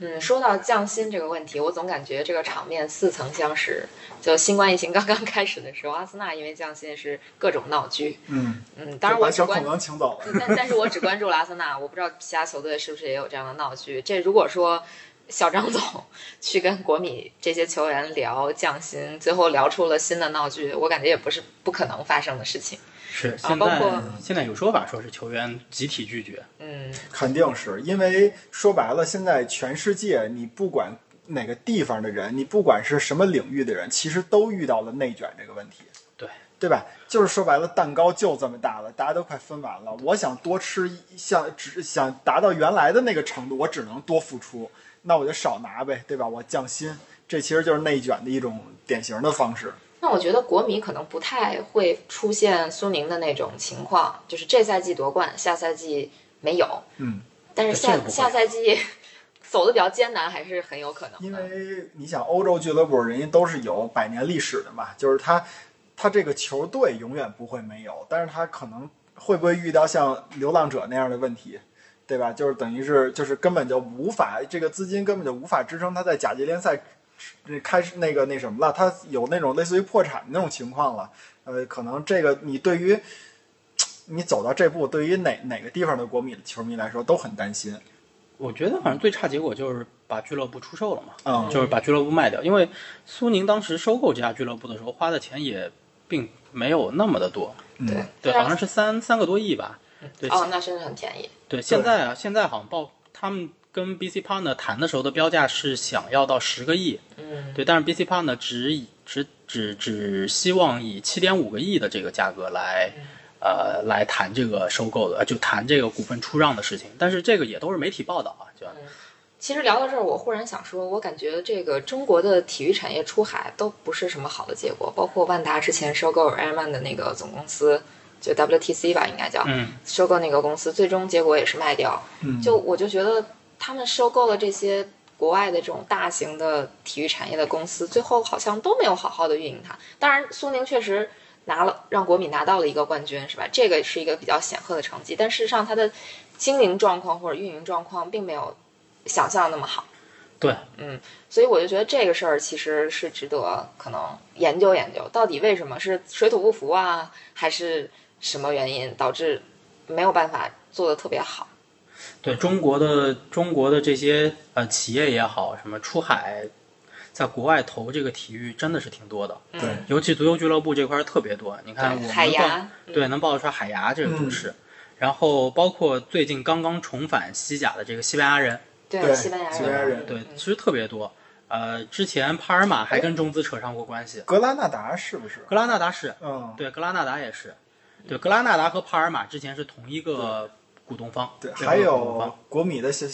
[SPEAKER 2] 嗯，说到降薪这个问题，我总感觉这个场面似曾相识。就新冠疫情刚刚开始的时候，阿森纳因为降薪是各种闹剧。
[SPEAKER 3] 嗯，
[SPEAKER 2] 嗯，当然
[SPEAKER 3] 就
[SPEAKER 2] 我
[SPEAKER 3] 把
[SPEAKER 2] 只
[SPEAKER 3] 小
[SPEAKER 2] 关
[SPEAKER 3] 恐龙请走了。
[SPEAKER 2] 对 但但是我只关注了阿森纳，我不知道其他球队是不是也有这样的闹剧。这如果说小张总 去跟国米这些球员聊降薪，最后聊出了新的闹剧，我感觉也不是不可能发生的事情。
[SPEAKER 4] 是
[SPEAKER 2] 啊
[SPEAKER 4] 现
[SPEAKER 2] 包
[SPEAKER 4] 在、
[SPEAKER 2] 括
[SPEAKER 4] 现在有说法说是球员集体拒绝，
[SPEAKER 2] 嗯，
[SPEAKER 3] 肯定是因为说白了，现在全世界你不管哪个地方的人，你不管是什么领域的人，其实都遇到了内卷这个问题，
[SPEAKER 4] 对
[SPEAKER 3] 对吧？就是说白了，蛋糕就这么大了，大家都快分完了。我想多吃一，想只想达到原来的那个程度，我只能多付出，那我就少拿呗，对吧？我降薪，这其实就是内卷的一种典型的方式。
[SPEAKER 2] 那我觉得国米可能不太会出现苏宁的那种情况，就是这赛季夺冠，下赛季没有。
[SPEAKER 3] 嗯，
[SPEAKER 2] 但是
[SPEAKER 4] 呃
[SPEAKER 2] 下
[SPEAKER 4] 这个不会
[SPEAKER 2] 下赛季 走的比较艰难，还是很有可能
[SPEAKER 3] 因
[SPEAKER 2] 的。
[SPEAKER 3] 为你想，欧洲俱乐部人家都是有百年历史的嘛，就是他他这个球队永远不会没有，但是他可能会不会遇到像流浪者那样的问题，对吧？就是等于是就是根本就无法这个资金根本就无法支撑他在甲级联赛呃开始那个那什么了，他有那种类似于破产那种情况了，呃，可能这个你对于。你走到这步，对于哪哪个地方的国米球迷来说都很担心。
[SPEAKER 4] 我觉得反正最差结果就是把俱乐部出售了嘛，
[SPEAKER 3] 嗯
[SPEAKER 4] 就是把俱乐部卖掉。因为苏宁当时收购这家俱乐部的时候花的钱也并没有那么的多，
[SPEAKER 2] 对
[SPEAKER 4] 嗯
[SPEAKER 2] 啊
[SPEAKER 4] 对，好像是三三个多亿吧。对
[SPEAKER 2] 哦，那真的很便宜。
[SPEAKER 4] 对，现在啊，现在好像报他们跟 BC Partner 谈的时候的标价是想要到十个亿，
[SPEAKER 2] 嗯，
[SPEAKER 4] 对，但是 BC Partner 只以只只只希望以七点五个亿的这个价格来。呃，来谈这个收购的，呃就谈这个股份出让的事情，但是这个也都是媒体报道啊，就
[SPEAKER 2] 其实聊到这儿，我忽然想说，我感觉这个中国的体育产业出海都不是什么好的结果，包括万达之前收购埃尔曼的那个总公司，就 WTC 吧，应该叫，
[SPEAKER 4] 嗯，
[SPEAKER 2] 收购那个公司，最终结果也是卖掉。
[SPEAKER 3] 嗯
[SPEAKER 2] 就我就觉得他们收购了这些国外的这种大型的体育产业的公司，最后好像都没有好好的运营它。当然，苏宁确实拿了让国米拿到了一个冠军，是吧？这个是一个比较显赫的成绩，但事实上它的经营状况或者运营状况并没有想象那么好。
[SPEAKER 4] 对，
[SPEAKER 2] 嗯，所以我就觉得这个事儿其实是值得可能研究研究，到底为什么是水土不服啊，还是什么原因导致没有办法做的特别好？
[SPEAKER 4] 对中国的中国的这些呃企业也好，什么出海，在国外投这个体育真的是挺多的，
[SPEAKER 2] 嗯
[SPEAKER 3] 对
[SPEAKER 4] 尤其足球俱乐部这块儿特别多。你看我
[SPEAKER 2] 对
[SPEAKER 4] 们
[SPEAKER 2] 海
[SPEAKER 4] 报
[SPEAKER 2] 牙嗯
[SPEAKER 4] 对，能报得出来海牙这
[SPEAKER 3] 嗯
[SPEAKER 4] 个城市，然后包括最近刚刚重返西甲的这个西班牙人，
[SPEAKER 3] 对
[SPEAKER 2] 啊西班牙嗯
[SPEAKER 3] 西班牙人
[SPEAKER 4] 对，其实特别多。呃，之前帕尔马还跟中资扯上过关系，
[SPEAKER 3] 格拉纳达是不是？
[SPEAKER 4] 格拉纳达是，
[SPEAKER 3] 嗯，
[SPEAKER 4] 对，格拉纳达也是，对，格拉纳达和帕尔马之前是同一个股东方，
[SPEAKER 3] 对，
[SPEAKER 4] 对
[SPEAKER 3] 还
[SPEAKER 4] 合作股东
[SPEAKER 3] 有
[SPEAKER 4] 方
[SPEAKER 3] 国米的小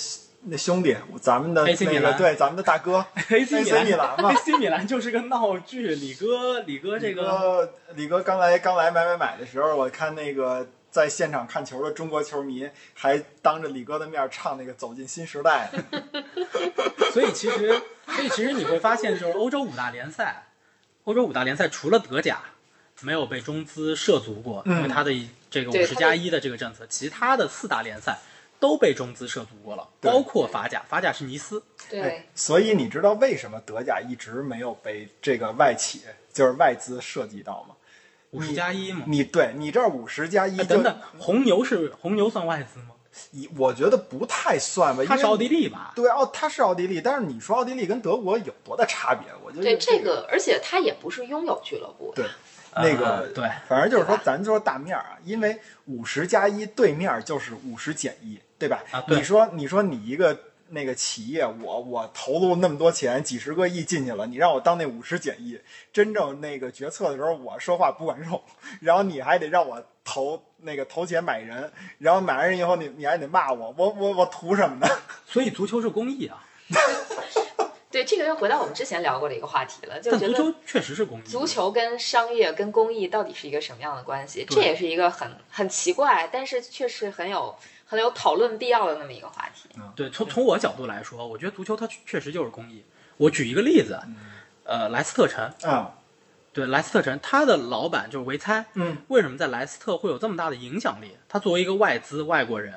[SPEAKER 3] 那兄弟，咱们的
[SPEAKER 4] AC
[SPEAKER 3] 那
[SPEAKER 4] 米
[SPEAKER 3] 个
[SPEAKER 4] 兰
[SPEAKER 3] 对咱们的大 哥
[SPEAKER 4] AC 米
[SPEAKER 3] 米兰嘛，
[SPEAKER 4] ，AC 米兰就是个闹剧，李哥，李哥这个
[SPEAKER 3] 个李哥刚来刚来买买买的时候，我看那个在现场看球的中国球迷还当着李哥的面唱那个《走进新时代》哎呢。
[SPEAKER 4] 所以其实，所以其实你会发现，就是欧洲五大联赛，欧洲五大联赛除了德甲没有被中资涉足过，因
[SPEAKER 3] 嗯
[SPEAKER 4] 为它的这个五
[SPEAKER 2] 对
[SPEAKER 4] 十
[SPEAKER 2] 它
[SPEAKER 4] 加
[SPEAKER 2] 的
[SPEAKER 4] 一的这个政策，其他的四大联赛都被中资涉足过了，
[SPEAKER 3] 对
[SPEAKER 4] 包括法甲，法甲是尼斯，
[SPEAKER 2] 对，
[SPEAKER 3] 所以你知道为什么德甲一直没有被这个外企就是外资涉及到吗？
[SPEAKER 4] 五十加一嘛。
[SPEAKER 3] 你对你这五十加一
[SPEAKER 4] 嗯
[SPEAKER 3] 就
[SPEAKER 4] 哎，等等，红牛是红牛算外资吗？
[SPEAKER 3] 以我觉得不太算吧，因
[SPEAKER 4] 它
[SPEAKER 3] 为
[SPEAKER 4] 是奥地利吧？
[SPEAKER 3] 对奥他是奥地利，但是你说奥地利跟德国有多大差别？我觉得
[SPEAKER 2] 对
[SPEAKER 3] 这
[SPEAKER 2] 这个，而且他也不是拥有俱乐部的，
[SPEAKER 3] 对那个、
[SPEAKER 4] 呃对，
[SPEAKER 3] 反正就是说
[SPEAKER 2] 对吧
[SPEAKER 3] 咱就说大面儿啊，因为五十加一对面儿就是五十减一，对吧？
[SPEAKER 4] 啊对
[SPEAKER 3] 你说你说你一个那个企业，我我投入那么多钱，几十个亿进去了，你让我当那五十减一，真正那个决策的时候，我说话不管用，然后你还得让我投那个投钱买人，然后买完人以后你你还得骂我，我我我图什么呢？
[SPEAKER 4] 所以足球是公益啊，
[SPEAKER 2] 对，这个又回到我们之前聊过的一个话题了，就
[SPEAKER 4] 但
[SPEAKER 2] 觉
[SPEAKER 4] 足
[SPEAKER 2] 得
[SPEAKER 4] 球确实是公益。
[SPEAKER 2] 足球跟商业、跟公益到底是一个什么样的关系？这
[SPEAKER 4] 对
[SPEAKER 2] 也是一个很很奇怪，但是确实很有很有讨论必要的那么一个话题。
[SPEAKER 4] 对，从从我角度来说，我觉得足球它确实就是公益。我举一个例子，
[SPEAKER 3] 嗯
[SPEAKER 4] 呃，莱斯特城，
[SPEAKER 3] 啊，
[SPEAKER 4] 对莱斯特城，他的老板就是维猜。
[SPEAKER 3] 嗯，
[SPEAKER 4] 为什么在莱斯特会有这么大的影响力？他作为一个外资外国人，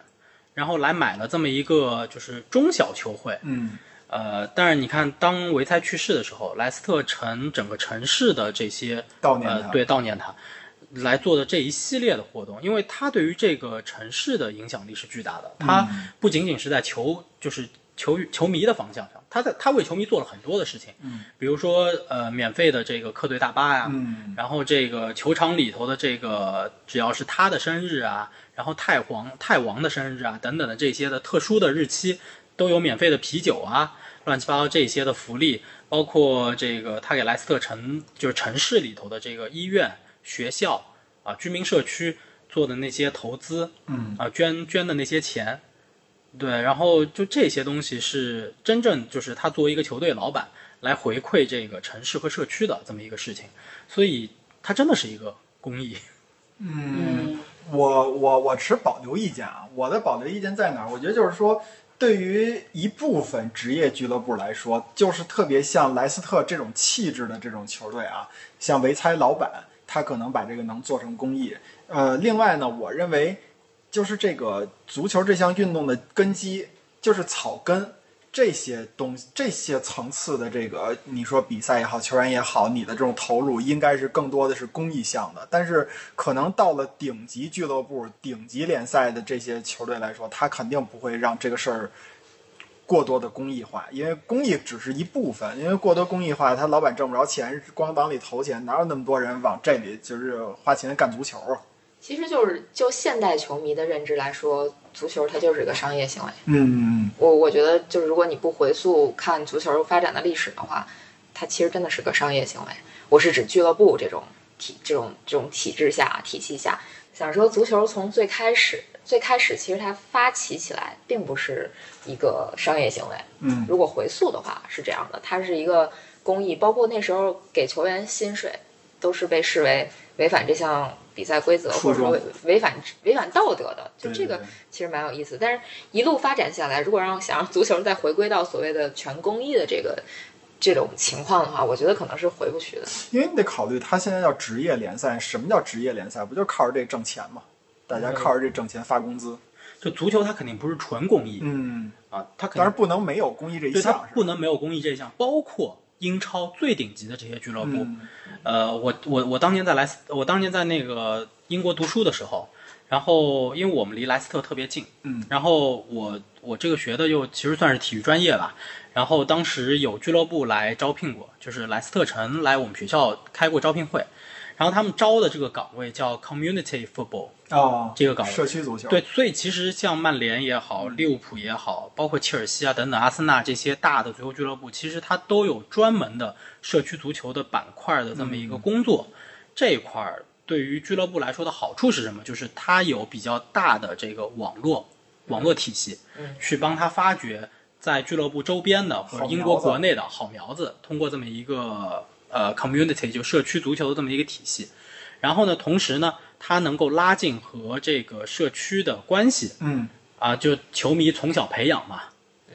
[SPEAKER 4] 然后来买了这么一个就是中小球会。
[SPEAKER 3] 嗯
[SPEAKER 4] 呃，但是你看，当维猜去世的时候，莱斯特城整个城市的这些
[SPEAKER 3] 悼念他
[SPEAKER 4] 呃、对悼念他，来做的这一系列的活动，因为他对于这个城市的影响力是巨大
[SPEAKER 3] 嗯
[SPEAKER 4] 的。他不仅仅是在球，就是球球迷的方向上，他在他为球迷做了很多的事情，嗯，比如说呃免费的这个客队大巴呀、
[SPEAKER 3] 嗯，
[SPEAKER 4] 然后这个球场里头的这个，只要是他的生日啊，然后太皇太王的生日啊等等的这些的特殊的日期，都有免费的啤酒啊，乱七八糟这些的福利，包括这个他给莱斯特城就是城市里头的这个医院、学校啊、居民社区做的那些投资，
[SPEAKER 3] 嗯
[SPEAKER 4] 啊捐捐的那些钱，对，然后就这些东西是真正就是他作为一个球队老板来回馈这个城市和社区的这么一个事情，所以它真的是一个公益。
[SPEAKER 2] 嗯，
[SPEAKER 3] 我我我持保留意见啊，我的保留意见在哪儿？我觉得就是说，对于一部分职业俱乐部来说，就是特别像莱斯特这种气质的这种球队啊，像维猜老板，他可能把这个能做成公益。呃，另外呢，我认为就是这个足球这项运动的根基就是草根。这些东西，这些层次的这个，你说比赛也好，球员也好，你的这种投入应该是更多的是公益项的。但是可能到了顶级俱乐部、顶级联赛的这些球队来说，他肯定不会让这个事儿过多的公益化，因为公益只是一部分，因为过多公益化，他老板挣不着钱，光往里投钱，哪有那么多人往这里就是花钱干足球啊？
[SPEAKER 2] 其实就是就现代球迷的认知来说，足球它就是一个商业行为。
[SPEAKER 3] 嗯，
[SPEAKER 2] 我我觉得就是如果你不回溯看足球发展的历史的话，它其实真的是个商业行为。我是指俱乐部这种体这种这种体制下体系下，想说足球从最开始最开始其实它发起起来并不是一个商业行为。
[SPEAKER 3] 嗯
[SPEAKER 2] 如果回溯的话是这样的，它是一个公益，包括那时候给球员薪水都是被视为违反这项比赛规则
[SPEAKER 3] 初
[SPEAKER 2] 或者
[SPEAKER 3] 衷
[SPEAKER 2] 说违违反违反道德的，就
[SPEAKER 3] 对
[SPEAKER 2] 这
[SPEAKER 3] 对
[SPEAKER 2] 个
[SPEAKER 3] 对
[SPEAKER 2] 其实蛮有意思。但是一路发展下来，如果让想让足球再回归到所谓的全公益的这个这种情况的话，我觉得可能是回不去的。
[SPEAKER 3] 因为你得考虑他现在叫职业联赛，什么叫职业联赛？不就靠着这挣钱吗？大家靠着这挣钱发工资。
[SPEAKER 4] 就足球它肯定不是纯公益、
[SPEAKER 3] 嗯，
[SPEAKER 4] 啊，它肯
[SPEAKER 3] 当
[SPEAKER 4] 定
[SPEAKER 3] 然不能没有公益这一
[SPEAKER 4] 对它
[SPEAKER 3] 项，是吧
[SPEAKER 4] 不能没有公益这一项，包括英超最顶级的这些俱乐部，
[SPEAKER 3] 嗯
[SPEAKER 4] 呃，我我我当年在莱斯，我当年在那个英国读书的时候，然后因为我们离莱斯特特别近，
[SPEAKER 3] 嗯，
[SPEAKER 4] 然后我我这个学的又其实算是体育专业吧，然后当时有俱乐部来招聘过，就是莱斯特城来我们学校开过招聘会，然后他们招的这个岗位叫 community football，
[SPEAKER 3] 哦，
[SPEAKER 4] 这个岗位
[SPEAKER 3] 社区足球
[SPEAKER 4] 对，所以其实像曼联也好，利物浦也好，包括切尔西啊等等，阿森纳这些大的足球俱乐部，其实它都有专门的社区足球的板块的这么一个工作。这一块儿对于俱乐部来说的好处是什么？就是它有比较大的这个网络网络体系，去帮他发掘在俱乐部周边的或者
[SPEAKER 3] 嗯好
[SPEAKER 4] 英国
[SPEAKER 3] 苗子
[SPEAKER 4] 国内的好苗子，通过这么一个呃 community 就社区足球的这么一个体系，然后呢，同时呢，它能够拉近和这个社区的关系，
[SPEAKER 3] 嗯，
[SPEAKER 4] 啊，就球迷从小培养嘛，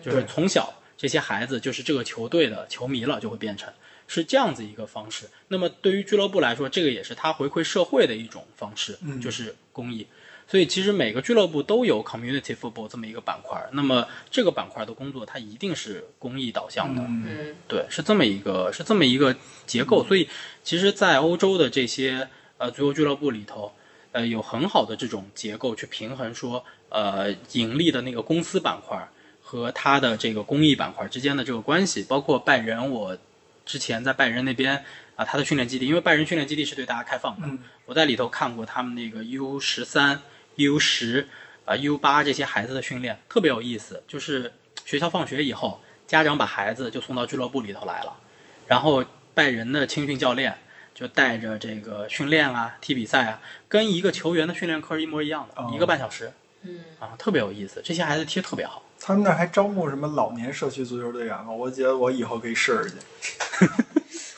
[SPEAKER 4] 就是
[SPEAKER 3] 对
[SPEAKER 4] 从小这些孩子就是这个球队的球迷了，就会变成是这样子一个方式。那么对于俱乐部来说，这个也是他回馈社会的一种方式，
[SPEAKER 3] 嗯
[SPEAKER 4] 就是公益。所以其实每个俱乐部都有 community football 这么一个板块，那么这个板块的工作它一定是公益导向的，
[SPEAKER 3] 嗯
[SPEAKER 2] 嗯，
[SPEAKER 4] 对，是这么一个是这么一个结构。所以其实，在欧洲的这些呃足球俱乐部里头，呃，有很好的这种结构去平衡说，呃，盈利的那个公司板块儿和它的这个公益板块儿之间的这个关系，包括拜仁，我之前在拜仁那边啊，他的训练基地，因为拜仁训练基地是对大家开放的，
[SPEAKER 3] 嗯
[SPEAKER 4] 我在里头看过他们那个 U 十三、U 十啊、U 八这些孩子的训练，特别有意思。就是学校放学以后，家长把孩子就送到俱乐部里头来了，然后拜仁的青训教练就带着这个训练啊、踢比赛啊，跟一个球员的训练课是一模一样的，
[SPEAKER 3] 哦
[SPEAKER 4] 一个半小时
[SPEAKER 2] 嗯，
[SPEAKER 4] 啊，特别有意思。这些孩子踢得特别好。
[SPEAKER 3] 他们那儿还招募什么老年社区足球队员吗？我觉得我以后可以试试去。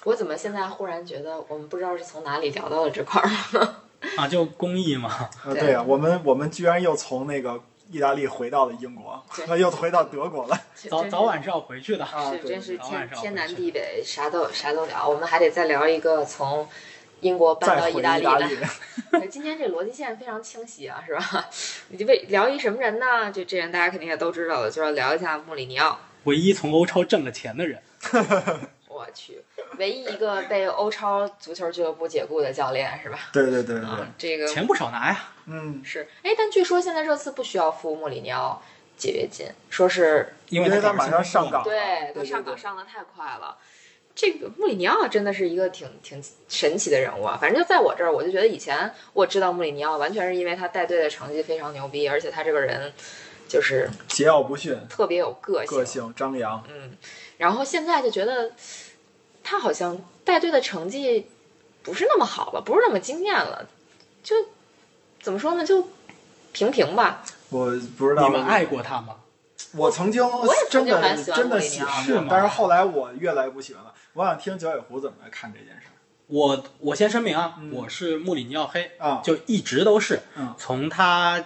[SPEAKER 2] 我怎么现在忽然觉得我们不知道是从哪里聊到了这块儿了？
[SPEAKER 4] 啊，就公益嘛，
[SPEAKER 3] 啊，
[SPEAKER 2] 对
[SPEAKER 3] 对呀、我们我们居然又从那个意大利回到了英国，
[SPEAKER 2] 对
[SPEAKER 3] 又回到德国了。
[SPEAKER 4] 早
[SPEAKER 2] 真是
[SPEAKER 4] 早晚是要回去的。
[SPEAKER 3] 啊，
[SPEAKER 2] 是，真是
[SPEAKER 4] 早
[SPEAKER 2] 天
[SPEAKER 4] 晚上
[SPEAKER 2] 天
[SPEAKER 4] 回
[SPEAKER 2] 南
[SPEAKER 4] 去
[SPEAKER 2] 地北，啥都啥都聊。我们还得再聊一个从英国搬
[SPEAKER 3] 再
[SPEAKER 2] 到
[SPEAKER 3] 回
[SPEAKER 2] 意
[SPEAKER 3] 意
[SPEAKER 2] 大利
[SPEAKER 3] 大
[SPEAKER 2] 来
[SPEAKER 3] 利。
[SPEAKER 2] 对今天这逻辑线非常清晰啊，是吧？ 你就为聊一什么人呢？这这人大家肯定也都知道了，就是要聊一下穆里尼奥。
[SPEAKER 4] 唯一从欧超挣了钱的人，
[SPEAKER 2] 我去，唯一一个被欧超足球俱乐部解雇的教练是吧？
[SPEAKER 3] 对对对对对，
[SPEAKER 4] 啊
[SPEAKER 2] 这个
[SPEAKER 4] 钱不少拿呀。
[SPEAKER 3] 嗯，
[SPEAKER 2] 是，哎，但据说现在热刺不需要付穆里尼奥解约金，说是
[SPEAKER 4] 因为
[SPEAKER 3] 因为
[SPEAKER 4] 他
[SPEAKER 3] 他马上上岗
[SPEAKER 2] 对他
[SPEAKER 3] 对
[SPEAKER 2] 上岗
[SPEAKER 3] 对
[SPEAKER 2] 上的太快了。这个穆里尼奥真的是一个挺挺神奇的人物啊！反正就在我这儿，我就觉得以前我知道穆里尼奥，完全是因为他带队的成绩非常牛逼，而且他这个人就是
[SPEAKER 3] 桀骜不驯，
[SPEAKER 2] 特别有个性。
[SPEAKER 3] 个性张扬。
[SPEAKER 2] 嗯，然后现在就觉得他好像带队的成绩不是那么好了，不是那么惊艳了，就怎么说呢，就平平吧。
[SPEAKER 3] 我不知道
[SPEAKER 4] 你们爱过他吗？
[SPEAKER 3] 我曾经
[SPEAKER 2] 也曾
[SPEAKER 3] 真
[SPEAKER 2] 经
[SPEAKER 3] 的
[SPEAKER 2] 蛮喜欢
[SPEAKER 3] 真的
[SPEAKER 2] 穆里尼
[SPEAKER 3] 喜
[SPEAKER 2] 奥
[SPEAKER 3] 欢
[SPEAKER 4] 的是
[SPEAKER 3] 过
[SPEAKER 4] 吗，
[SPEAKER 3] 但是后来我越来越不喜欢了。我想听九尾狐怎么来看这件事儿
[SPEAKER 4] 我我先声明啊，
[SPEAKER 3] 嗯
[SPEAKER 4] 我是穆里尼奥黑，
[SPEAKER 3] 啊。
[SPEAKER 4] 嗯就一直都是，
[SPEAKER 3] 嗯
[SPEAKER 4] 从他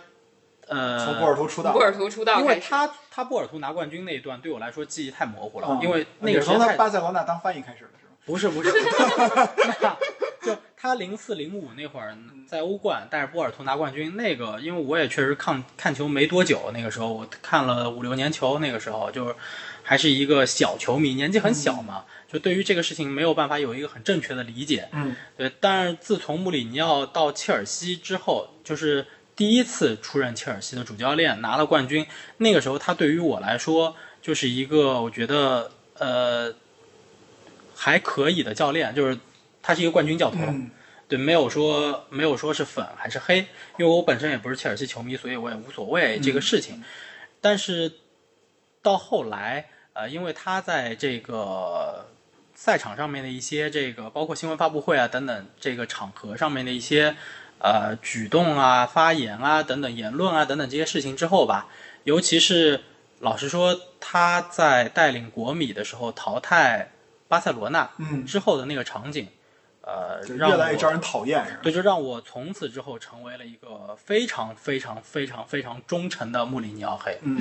[SPEAKER 4] 呃，
[SPEAKER 3] 从波尔图出道
[SPEAKER 2] 波，尔图出道
[SPEAKER 4] 因
[SPEAKER 2] 开
[SPEAKER 4] 为
[SPEAKER 2] 始，
[SPEAKER 4] 他他波尔图拿冠军那一段对我来说记忆太模糊了，
[SPEAKER 3] 嗯
[SPEAKER 4] 因为那
[SPEAKER 3] 也
[SPEAKER 4] 个
[SPEAKER 3] 是
[SPEAKER 4] 时候
[SPEAKER 3] 从他
[SPEAKER 4] 太
[SPEAKER 3] 巴塞罗那当翻译开始的是吗？
[SPEAKER 4] 不是不是，那就他零四零五那会儿在欧冠带着波尔图拿冠军，那个因为我也确实看看球没多久，那个时候我看了五六年球，那个时候就是还是一个小球迷，年纪很小嘛，就对于这个事情没有办法有一个很正确的理解，
[SPEAKER 3] 嗯，
[SPEAKER 4] 对，但是自从穆里尼奥到切尔西之后，就是第一次出任切尔西的主教练，拿了冠军。那个时候，他对于我来说就是一个我觉得呃还可以的教练，就是他是一个冠军教头，
[SPEAKER 3] 嗯
[SPEAKER 4] 对，没有说没有说是粉还是黑，因为我本身也不是切尔西球迷，所以我也无所谓这个事情。但是到后来，呃，因为他在这个赛场上面的一些这个，包括新闻发布会啊等等这个场合上面的一些呃举动啊、发言啊等等言论啊等等这些事情之后吧，尤其是老实说，他在带领国米的时候淘汰巴塞罗那
[SPEAKER 3] 嗯，
[SPEAKER 4] 之后的那个场景。呃，
[SPEAKER 3] 就
[SPEAKER 4] 让
[SPEAKER 3] 越来越
[SPEAKER 4] 我
[SPEAKER 3] 招人讨厌是吧？
[SPEAKER 4] 对，就让我从此之后成为了一个非常非常非常非常忠诚的穆里尼奥黑。
[SPEAKER 3] 嗯，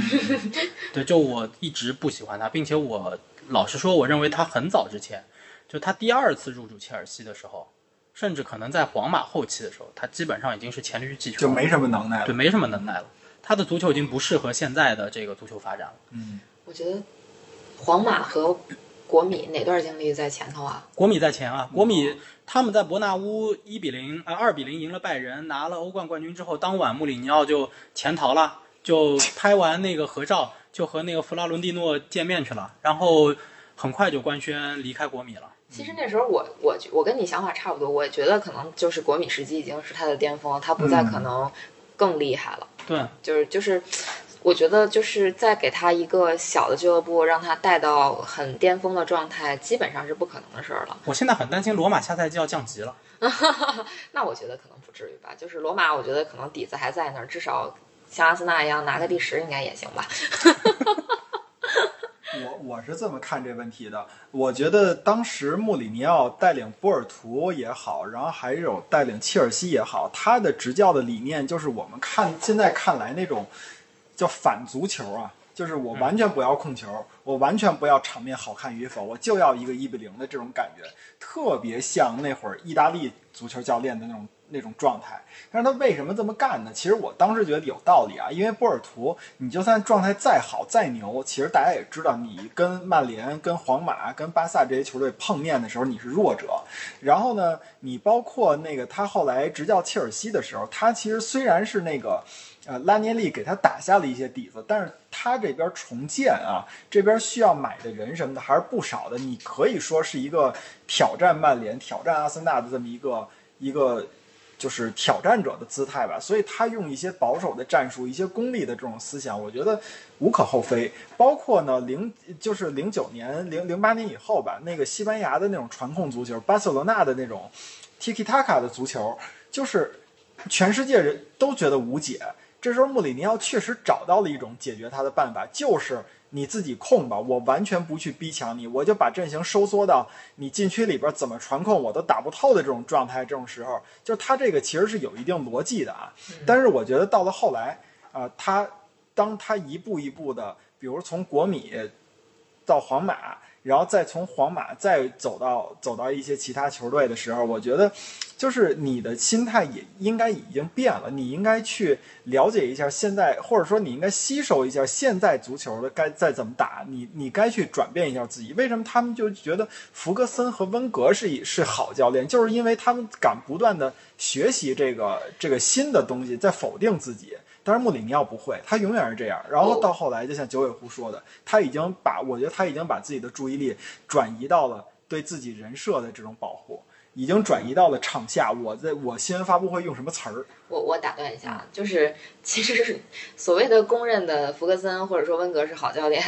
[SPEAKER 4] 对，就我一直不喜欢他，并且我老实说，我认为他很早之前，就他第二次入主切尔西的时候，甚至可能在皇马后期的时候，他基本上已经是黔驴技穷，
[SPEAKER 3] 就没什么能耐
[SPEAKER 4] 对
[SPEAKER 3] 了。
[SPEAKER 4] 没什么能耐了。他的足球已经不适合现在的这个足球发展了。
[SPEAKER 3] 嗯，
[SPEAKER 2] 我觉得皇马和国米哪段经历在前头啊？
[SPEAKER 4] 国米在前啊，国米他们在伯纳乌一比零啊二比零赢了拜仁，拿了欧冠冠军之后，当晚穆里尼奥就潜逃了，就拍完那个合照，就和那个弗拉伦蒂诺见面去了，然后很快就官宣离开国米了。
[SPEAKER 2] 其实那时候我我我跟你想法差不多，我觉得可能就是国米时机已经是他的巅峰，他不再
[SPEAKER 3] 嗯
[SPEAKER 2] 可能更厉害了。
[SPEAKER 4] 对，
[SPEAKER 2] 就是就是，我觉得就是再给他一个小的俱乐部，让他带到很巅峰的状态，基本上是不可能的事儿了。
[SPEAKER 4] 我现在很担心罗马下赛季要降级了。
[SPEAKER 2] 那我觉得可能不至于吧。就是罗马，我觉得可能底子 还在那儿，至少像阿森纳一样拿个第十应该也行吧。
[SPEAKER 3] 我我是这么看这问题的，我觉得当时穆里尼奥带领波尔图也好，然后还有带领切尔西也好，他的执教的理念就是我们看现在看来那种叫反足球啊，就是我完全不要控球，我完全不要场面好看与否，我就要一个一比零的这种感觉，特别像那会儿意大利足球教练的那种那种状态。但是他为什么这么干呢？其实我当时觉得有道理啊，因为波尔图，你就算状态再好再牛，其实大家也知道，你跟曼联、跟皇马、跟巴萨这些球队碰面的时候你是弱者。然后呢，你包括那个他后来执教切尔西的时候，他其实虽然是那个。呃，拉涅利给他打下了一些底子，但是他这边重建啊，这边需要买的人什么的还是不少的。你可以说是一个挑战曼联、挑战阿森纳的这么一个一个就是挑战者的姿态吧，所以他用一些保守的战术、一些功利的这种思想，我觉得无可厚非。包括呢，零就是零九年、零零八年以后吧，那个西班牙的那种传控足球，巴塞罗那的那种 tiki taka 的足球，就是全世界人都觉得无解。这时候穆里尼奥确实找到了一种解决他的办法，就是你自己控吧，我完全不去逼抢你，我就把阵型收缩到你禁区里边怎么传控我都打不透的这种状态。这种时候，就是他这个其实是有一定逻辑的啊。但是我觉得到了后来啊、呃他当他一步一步的，比如从国米到皇马，然后再从皇马再走到走到一些其他球队的时候，我觉得就是你的心态也应该已经变了，你应该去了解一下现在，或者说你应该吸收一下现在足球的该再怎么打，你你该去转变一下自己。为什么他们就觉得福格森和温格是一是好教练，就是因为他们敢不断的学习这个这个新的东西，在否定自己。但是穆里尼奥不会，他永远是这样。然后到后来，就像九尾狐说的，他已经把我觉得他已经把自己的注意力转移到了对自己人设的这种保护，已经转移到了场下我在我新闻发布会用什么词儿。
[SPEAKER 2] 我我打断一下，啊， 就是其实是所谓的公认的福格森或者说温格是好教练，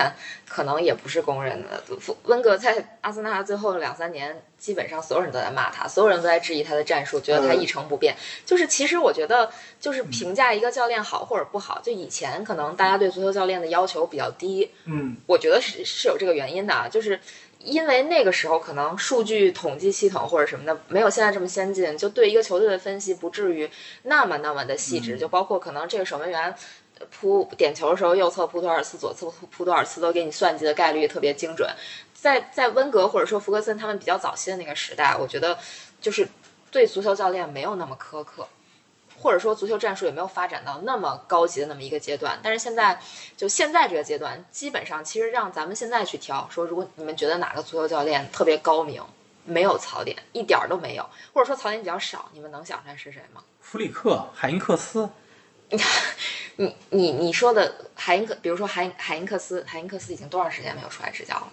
[SPEAKER 2] 可能也不是公认的。福温格在阿森纳最后两三年，基本上所有人都在骂他，所有人都在质疑他的战术，觉得他一成不变。就是其实我觉得，就是评价一个教练好或者不好，就以前可能大家对足球教练的要求比较低，
[SPEAKER 3] 嗯，
[SPEAKER 2] 我觉得是是有这个原因的，啊，就是因为那个时候可能数据统计系统或者什么的没有现在这么先进，就对一个球队的分析不至于那么那么的细致，就包括可能这个守门员。呃扑点球的时候，右侧扑多少次，左侧扑扑多少次，都给你算计的概率特别精准。在在温格或者说福格森他们比较早期的那个时代，我觉得就是对足球教练没有那么苛刻，或者说足球战术也没有发展到那么高级的那么一个阶段。但是现在就现在这个阶段，基本上其实让咱们现在去挑，说如果你们觉得哪个足球教练特别高明，没有槽点，一点儿都没有，或者说槽点比较少，你们能想出来是谁吗？
[SPEAKER 4] 弗里克、海因克斯，
[SPEAKER 2] 你你你说的海因克，比如说海因海因克斯，海因克斯已经多长时间没有出来执教了？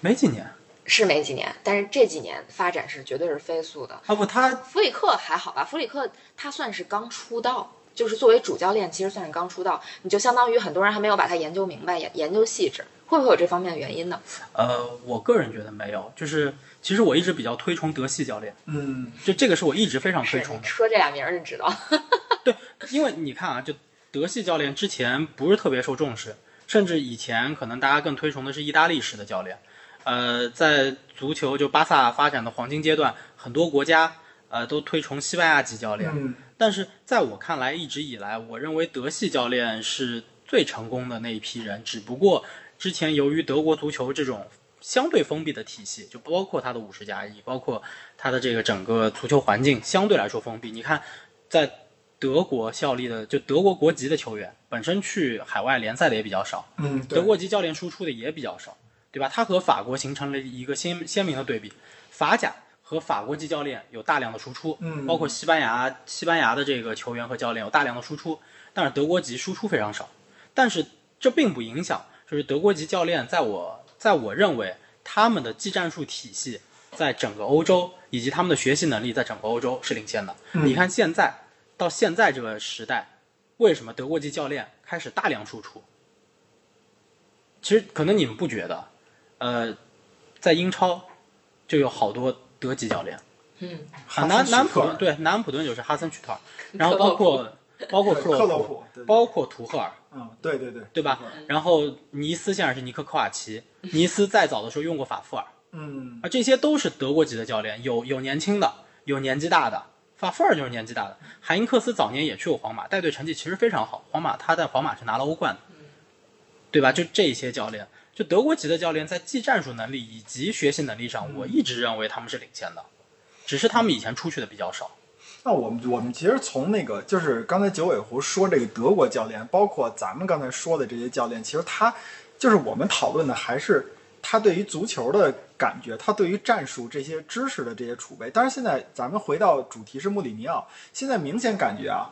[SPEAKER 4] 没几年
[SPEAKER 2] 是没几年，但是这几年发展是绝对是飞速的。
[SPEAKER 4] 啊不，他
[SPEAKER 2] 弗里克还好吧？弗里克他算是刚出道，就是作为主教练，其实算是刚出道，你就相当于很多人还没有把他研究明白、研研究细致，会不会有这方面的原因呢？
[SPEAKER 4] 呃，我个人觉得没有，就是其实我一直比较推崇德系教练，
[SPEAKER 3] 嗯，
[SPEAKER 4] 就这个是我一直非常
[SPEAKER 2] 是
[SPEAKER 4] 推崇
[SPEAKER 2] 你
[SPEAKER 4] 的。
[SPEAKER 2] 说这俩名儿，你知道？
[SPEAKER 4] 对，因为你看啊，就德系教练之前不是特别受重视，甚至以前可能大家更推崇的是意大利式的教练。呃，在足球就巴萨发展的黄金阶段，很多国家呃都推崇西班牙籍教练。
[SPEAKER 3] 嗯
[SPEAKER 4] 但是在我看来，一直以来，我认为德系教练是最成功的那一批人，只不过之前由于德国足球这种相对封闭的体系，就包括它的五十加一，包括它的这个整个足球环境相对来说封闭。你看，在德国效力的就德国国籍的球员，本身去海外联赛的也比较少，
[SPEAKER 3] 嗯，对
[SPEAKER 4] 德国籍教练输出的也比较少，对吧？它和法国形成了一个鲜鲜明的对比，法甲和法国籍教练有大量的输出，
[SPEAKER 3] 嗯
[SPEAKER 4] 包括西班牙西班牙的这个球员和教练有大量的输出，但是德国籍输出非常少，但是这并不影响，就是德国籍教练在我在我认为他们的技战术体系在整个欧洲以及他们的学习能力在整个欧洲是领先的。
[SPEAKER 3] 嗯
[SPEAKER 4] 你看现在到现在这个时代，为什么德国籍教练开始大量输出？其实可能你们不觉得，呃，在英超就有好多德籍教练，
[SPEAKER 2] 嗯，
[SPEAKER 4] 啊，
[SPEAKER 3] 哈
[SPEAKER 4] 南
[SPEAKER 3] 森
[SPEAKER 4] 南
[SPEAKER 3] 许特
[SPEAKER 4] 普
[SPEAKER 3] 尔
[SPEAKER 4] 顿对南安普顿就是哈森曲特尔，然后包括包括
[SPEAKER 3] 对
[SPEAKER 4] 克
[SPEAKER 3] 克洛
[SPEAKER 4] 洛
[SPEAKER 3] 普，对
[SPEAKER 4] 包括图赫尔，
[SPEAKER 3] 嗯，对对对，
[SPEAKER 4] 对吧？然后尼斯现在是尼克科瓦奇，尼斯再早的时候用过法夫尔，
[SPEAKER 3] 嗯
[SPEAKER 4] 啊，这些都是德国籍的教练，有有年轻的，有年纪大的。法夫尔就是年纪大的，海因克斯早年也去过皇马，带队成绩其实非常好。皇马他在皇马是拿了欧冠的，对吧？就这些教练，就德国籍的教练在技战术能力以及学习能力上，我一直认为他们是领先的，只是他们以前出去的比较少。
[SPEAKER 3] 那我们我们其实从那个就是刚才九尾狐说这个德国教练，包括咱们刚才说的这些教练，其实他就是我们讨论的还是他对于足球的感觉，他对于战术这些知识的这些储备。但是现在咱们回到主题是穆里尼奥，现在明显感觉啊，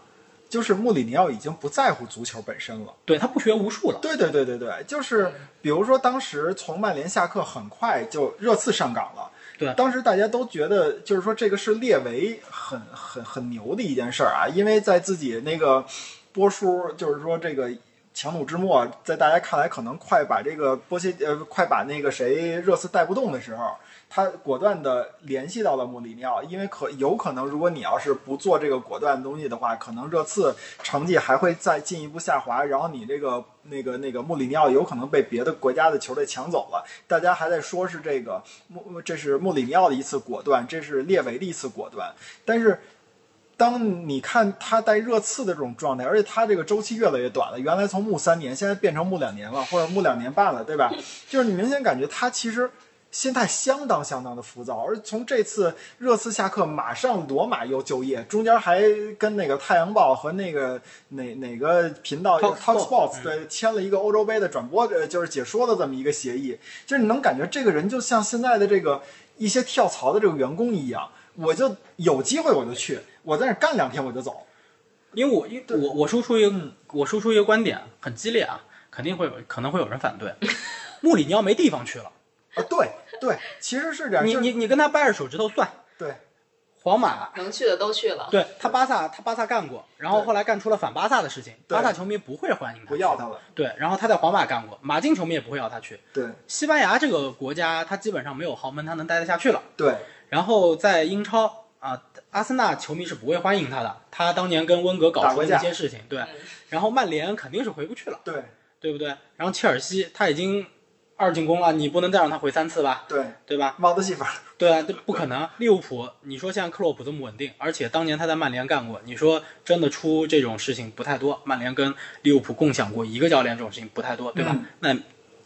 [SPEAKER 3] 就是穆里尼奥已经不在乎足球本身了。
[SPEAKER 4] 对他不学无术了，
[SPEAKER 3] 对对对对对，就是比如说当时从曼联下课，很快就热刺上岗了。
[SPEAKER 4] 对
[SPEAKER 3] 当时大家都觉得，就是说这个是列维很很很牛的一件事儿啊，因为在自己那个波叔，就是说这个强弩之末，在大家看来可能快把这个波切呃快把那个谁热刺带不动的时候，他果断的联系到了穆里尼奥，因为可有可能，如果你要是不做这个果断的东西的话，可能热刺成绩还会再进一步下滑，然后你这个那个那个穆里尼奥有可能被别的国家的球队抢走了。大家还在说是这个穆，这是穆里尼奥的一次果断，这是列维的一次果断，但是。当你看他带热刺的这种状态，而且他这个周期越来越短了，原来从穆三年，现在变成穆两年了，或者穆两年半了，对吧？就是你明显感觉他其实心态相当相当的浮躁，而从这次热刺下课，马上罗马又就业，中间还跟那个《太阳报》和那个哪哪个频道
[SPEAKER 4] Talk
[SPEAKER 3] Talk
[SPEAKER 4] Sport，
[SPEAKER 3] Sports 对签了一个欧洲杯的转播，呃，就是解说的这么一个协议，就是你能感觉这个人就像现在的这个一些跳槽的这个员工一样，我就有机会我就去，我在那儿干两天我就走，
[SPEAKER 4] 因为我因为我我输出一个
[SPEAKER 3] 嗯
[SPEAKER 4] 我输出一个观点很激烈啊，肯定会有可能会有人 反对，穆里尼奥没地方去了，
[SPEAKER 3] 啊，对对，其实是这样，
[SPEAKER 4] 你
[SPEAKER 3] 就是
[SPEAKER 4] 你你跟他掰着手指头算，
[SPEAKER 3] 对
[SPEAKER 4] 皇马
[SPEAKER 2] 能去的都去了。
[SPEAKER 4] 对他巴萨他巴萨干过，然后
[SPEAKER 3] 对
[SPEAKER 4] 后来干出了反巴萨的事情，
[SPEAKER 3] 对
[SPEAKER 4] 巴萨球迷不会欢迎他，
[SPEAKER 3] 不要他，了，
[SPEAKER 4] 对，然后他在皇马干过，马竞球迷也不会要他去，
[SPEAKER 3] 对
[SPEAKER 4] 西班牙这个国家他基本上没有豪门他能待得下去了，
[SPEAKER 3] 对
[SPEAKER 4] 然后在英超啊，阿森纳球迷是不会欢迎他的，他当年跟温格搞
[SPEAKER 3] 打
[SPEAKER 4] 出
[SPEAKER 3] 过
[SPEAKER 4] 了
[SPEAKER 3] 架
[SPEAKER 4] 一些事情，对
[SPEAKER 2] 嗯，
[SPEAKER 4] 然后曼联肯定是回不去了。
[SPEAKER 3] 对
[SPEAKER 4] 对不对？然后切尔西他已经二进宫了，你不能再让他回三次吧，
[SPEAKER 3] 对，
[SPEAKER 4] 对吧？
[SPEAKER 3] 猫的戏法，
[SPEAKER 4] 对啊，这不可能。利物浦，你说现在克洛普这么稳定，而且当年他在曼联干过，你说真的出这种事情不太多。曼联跟利物浦共享过一个教练，这种事情不太多，对吧？
[SPEAKER 3] 嗯
[SPEAKER 4] 那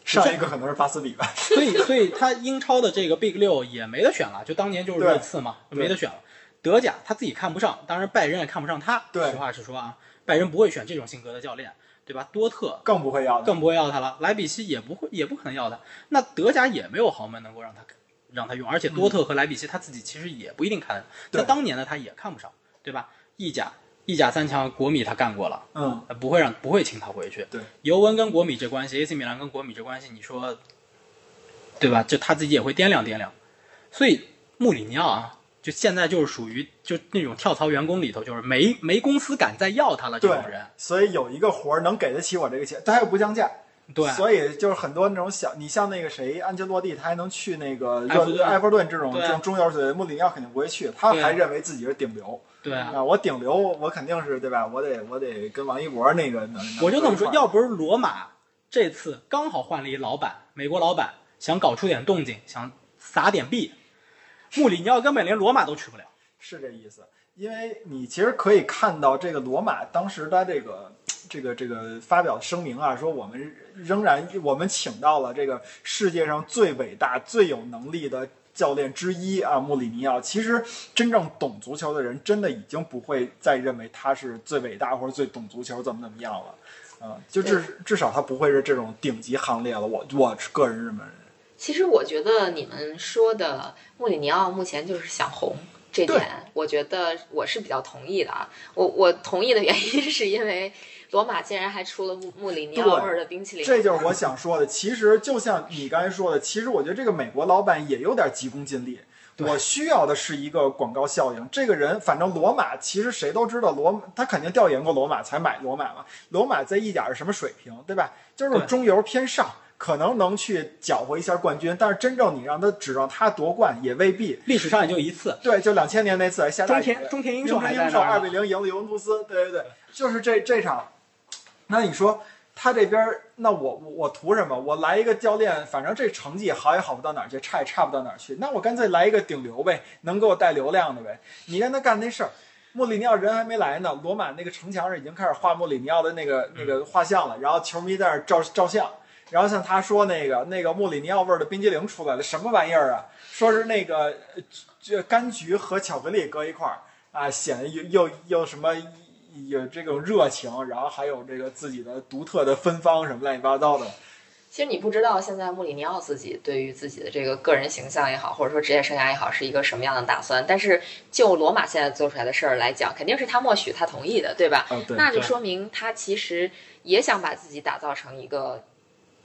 [SPEAKER 3] 上一个可能是巴斯比吧，
[SPEAKER 4] 所以，所以他英超的这个 Big 六也没得选了，就当年就是热刺嘛，
[SPEAKER 3] 对对
[SPEAKER 4] 没得选了。德甲他自己看不上，当然拜仁也看不上他。
[SPEAKER 3] 对
[SPEAKER 4] 实话实说啊，拜仁不会选这种性格的教练，对吧？多特
[SPEAKER 3] 更不会要的，
[SPEAKER 4] 更不会要他了，莱比锡也不会，也不可能要他。那德甲也没有豪门能够让他让他用，而且多特和莱比锡他自己其实也不一定看得上。
[SPEAKER 3] 嗯对
[SPEAKER 4] 那当年呢，他也看不上，对吧？意甲意甲三强国米他干过了，
[SPEAKER 3] 嗯，
[SPEAKER 4] 呃不会让不会请他回去。
[SPEAKER 3] 对，
[SPEAKER 4] 尤文跟国米这关系，AC 米兰跟国米这关系，你说对吧？这他自己也会掂量掂量。所以穆里尼奥啊，就现在就是属于就那种跳槽员工里头，就是没没公司敢再要他了这
[SPEAKER 3] 对
[SPEAKER 4] 种人。，
[SPEAKER 3] 所以有一个活儿能给得起我这个钱，他又不降价。
[SPEAKER 4] 对，
[SPEAKER 3] 所以就是很多那种小，你像那个谁，安切洛蒂，他还能去那个
[SPEAKER 4] 埃弗顿
[SPEAKER 3] 热埃弗顿这种
[SPEAKER 4] 对
[SPEAKER 3] 这种中游球队，穆里尼奥肯定不会去，他
[SPEAKER 4] 对
[SPEAKER 3] 还认为自己是顶流
[SPEAKER 4] 对啊。
[SPEAKER 3] 啊，我顶流，我肯定是对吧？我得我得跟王一博那个能，能
[SPEAKER 4] 我就这么说，
[SPEAKER 3] 能
[SPEAKER 4] 要不是罗马这次刚好换了一老板，美国老板想搞出点动静，想撒点币，穆里尼奥根本连罗马都去不了。
[SPEAKER 3] 是这意思，因为你其实可以看到这个罗马当时他这个这个这个发表声明啊，说我们仍然我们请到了这个世界上最伟大、最有能力的。教练之一啊，穆里尼奥。其实真正懂足球的人，真的已经不会再认为他是最伟大或者最懂足球怎么怎么样了，啊、就至至少他不会是这种顶级行列了。我我个人认为，
[SPEAKER 2] 其实我觉得你们说的穆里尼奥目前就是想红这
[SPEAKER 3] 对
[SPEAKER 2] 点，我觉得我是比较同意的啊。我我同意的原因是因为罗马竟然还出了穆穆里尼奥
[SPEAKER 3] 对
[SPEAKER 2] 味儿的冰淇淋，
[SPEAKER 3] 这就是我想说的。其实就像你刚才说的，其实我觉得这个美国老板也有点急功近利。
[SPEAKER 4] 对
[SPEAKER 3] 我需要的是一个广告效应。这个人，反正罗马其实谁都知道罗，他肯定调研过罗马才买罗马嘛。罗马在意甲是什么水平，对吧？就是
[SPEAKER 4] 对
[SPEAKER 3] 中游偏上，可能能去搅和一下冠军，但是真正你让他指望他夺冠也未必。
[SPEAKER 4] 历史上也就一次，
[SPEAKER 3] 对，就两千年那次还下大
[SPEAKER 4] 中
[SPEAKER 3] 雨，
[SPEAKER 4] 田中田英
[SPEAKER 3] 英
[SPEAKER 4] 寿
[SPEAKER 3] 雄
[SPEAKER 4] 还在
[SPEAKER 3] 英
[SPEAKER 4] 那
[SPEAKER 3] 手
[SPEAKER 4] 儿
[SPEAKER 3] 二
[SPEAKER 4] 呢
[SPEAKER 3] 比零赢了尤文图斯，对对对，就是这这场。那你说他这边儿那我我我图什么？我来一个教练，反正这成绩好也好不到哪儿去，差也差不到哪儿去。那我干脆来一个顶流呗，能给我带流量的呗。你让他干那事儿，穆里尼奥人还没来呢，罗马那个城墙上已经开始画穆里尼奥的那个那个画像了，然后球迷在那儿照照相。然后像他说那个那个穆里尼奥味儿的冰激凌出来了，什么玩意儿啊？说是那个呃这柑橘和巧克力搁一块儿啊，显得又又又什么有这种热情，然后还有这个自己的独特的芬芳什么乱七八糟的。
[SPEAKER 2] 其实你不知道现在穆里尼奥自己对于自己的这个个人形象也好，或者说职业生涯也好，是一个什么样的打算。但是就罗马现在做出来的事儿来讲，肯定是他默许、他同意的，对吧？
[SPEAKER 3] 哦，对，
[SPEAKER 2] 那就
[SPEAKER 4] 对
[SPEAKER 2] 说明他其实也想把自己打造成一个，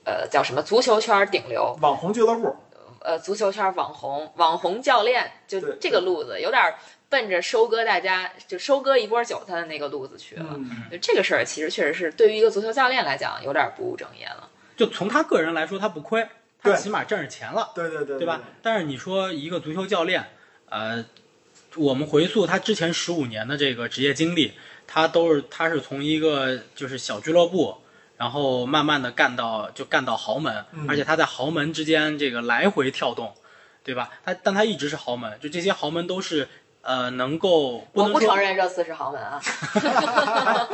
[SPEAKER 2] 呃，叫什么足球圈顶流，
[SPEAKER 3] 网红俱乐部，
[SPEAKER 2] 呃，足球圈网红、网红教练，就
[SPEAKER 3] 对
[SPEAKER 2] 这个路子，有点儿奔着收割大家，就收割一波韭菜的那个路子去了。
[SPEAKER 3] 嗯，
[SPEAKER 2] 就这个事儿，其实确实是对于一个足球教练来讲，有点儿不务正业了。
[SPEAKER 4] 就从他个人来说，他不亏，他
[SPEAKER 3] 对
[SPEAKER 4] 起码挣着钱了。
[SPEAKER 3] 对对对，
[SPEAKER 4] 对吧？？但是你说一个足球教练，呃，我们回溯他之前十五年的这个职业经历，他都是他是从一个就是小俱乐部，然后慢慢的干到就干到豪门，
[SPEAKER 3] 嗯
[SPEAKER 4] 而且他在豪门之间这个来回跳动，对吧？他但他一直是豪门，就这些豪门都是呃能够不
[SPEAKER 2] 我
[SPEAKER 4] 能
[SPEAKER 2] 不
[SPEAKER 4] 说
[SPEAKER 2] 承认热刺是豪门 啊，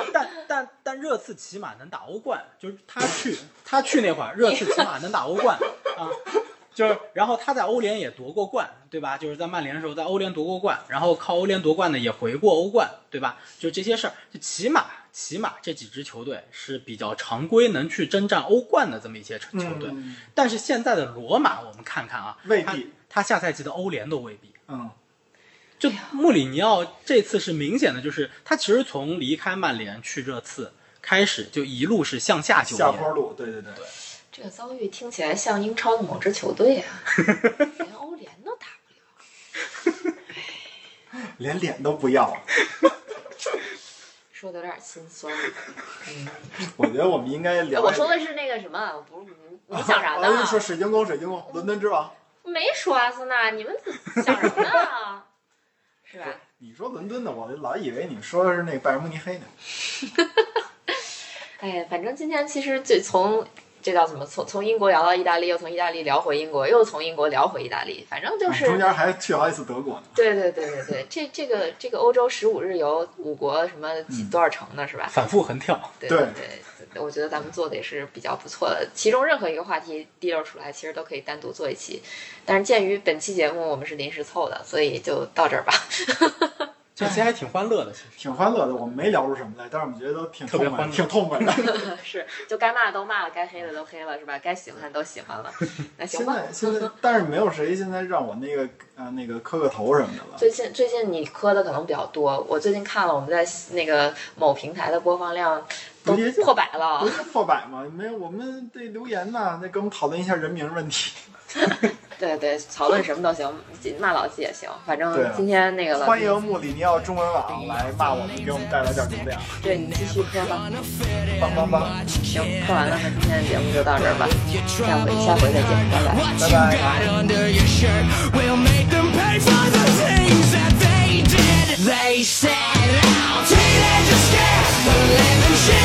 [SPEAKER 4] 但但但热刺起码能打欧冠，就是他去他去那会儿，热刺起码能打欧冠啊，就是然后他在欧联也夺过冠，对吧？就是在曼联的时候，在欧联夺过冠，然后靠欧联夺冠呢也回过欧冠，对吧？就这些事儿，就起码起码这几支球队是比较常规能去征战欧冠的这么一些球队，
[SPEAKER 3] 嗯，
[SPEAKER 4] 但是现在的罗马，我们看看啊，
[SPEAKER 3] 未必
[SPEAKER 4] 他他下赛季的欧联都未必。
[SPEAKER 3] 嗯，
[SPEAKER 4] 就穆里尼奥这次是明显的，就是他其实从离开曼联去热刺开始，就一路是向下就
[SPEAKER 3] 下
[SPEAKER 4] 业
[SPEAKER 3] 坡。路，对对对，
[SPEAKER 2] 这个遭遇听起来像英超的某支球队 啊，连欧联都打不了。
[SPEAKER 3] 连脸都不要。
[SPEAKER 2] 说的有点心 酸，
[SPEAKER 3] 我觉得我们应该 聊。
[SPEAKER 2] 我说的是那个什么，不是你你想啥呢
[SPEAKER 3] 啊我跟？你说，水晶宫，水晶宫，伦敦之王。
[SPEAKER 2] 没说阿森纳，你们想什么 呢？是吧？
[SPEAKER 3] 你说伦敦的，我老以为你说的是那个拜仁慕尼黑呢。
[SPEAKER 2] 哎，反正今天其实最从这叫什么？从从英国聊到意大利，又从意大利聊回英国，又从英国聊回意大利，反正就是
[SPEAKER 3] 哎中间还去好几次德国呢。
[SPEAKER 2] 对对对对对，这这个这个欧洲十五日游，五国什么
[SPEAKER 3] 嗯
[SPEAKER 2] 几多少城呢？是吧？
[SPEAKER 4] 反复横跳，
[SPEAKER 2] 对
[SPEAKER 3] 对
[SPEAKER 2] 对对，我觉得咱们做的也是比较不错的。其中任何一个话题滴溜出来，其实都可以单独做一期。但是鉴于本期节目我们是临时凑的，所以就到这儿吧。
[SPEAKER 4] 这期还挺欢乐的。其实
[SPEAKER 3] 挺欢乐的，我们没聊出什么来，但是我们觉得都挺
[SPEAKER 4] 特
[SPEAKER 3] 痛
[SPEAKER 4] 别
[SPEAKER 3] 快，
[SPEAKER 4] 欢乐
[SPEAKER 3] 挺痛快的。
[SPEAKER 2] 是，就该骂的都骂了，该黑的都黑了，是吧？该喜欢的都喜欢 了。那行
[SPEAKER 3] 现
[SPEAKER 2] 吧。
[SPEAKER 3] 在 现在，但是没有谁现在让我那个啊那个磕个头什么的了。
[SPEAKER 2] 最近最近你磕的可能比较多，我最近看了我们在那个某平台的播放量都
[SPEAKER 3] 不是
[SPEAKER 2] 破百
[SPEAKER 3] 不
[SPEAKER 2] 了，
[SPEAKER 3] 是破百吗？没有，我们得留言呐、那跟我们讨论一下人名问题。
[SPEAKER 2] 对对，讨论什么都行，骂老纪也行，反
[SPEAKER 3] 对
[SPEAKER 2] 正
[SPEAKER 3] 啊
[SPEAKER 2] 今天那个老
[SPEAKER 3] 欢
[SPEAKER 2] 纪，
[SPEAKER 3] 迎穆里尼奥中文网来骂我们，给我们带来点流量。
[SPEAKER 2] 对你继续磕吧，
[SPEAKER 3] 帮帮帮！
[SPEAKER 2] 行，磕完了，那今天的节目就到这儿吧，下回下回再见，拜拜。
[SPEAKER 1] What
[SPEAKER 3] Bye-bye.
[SPEAKER 1] you got under your shirt will make them pay for the things that they did. They said, "I'll teenagers scared, the living shit Oh,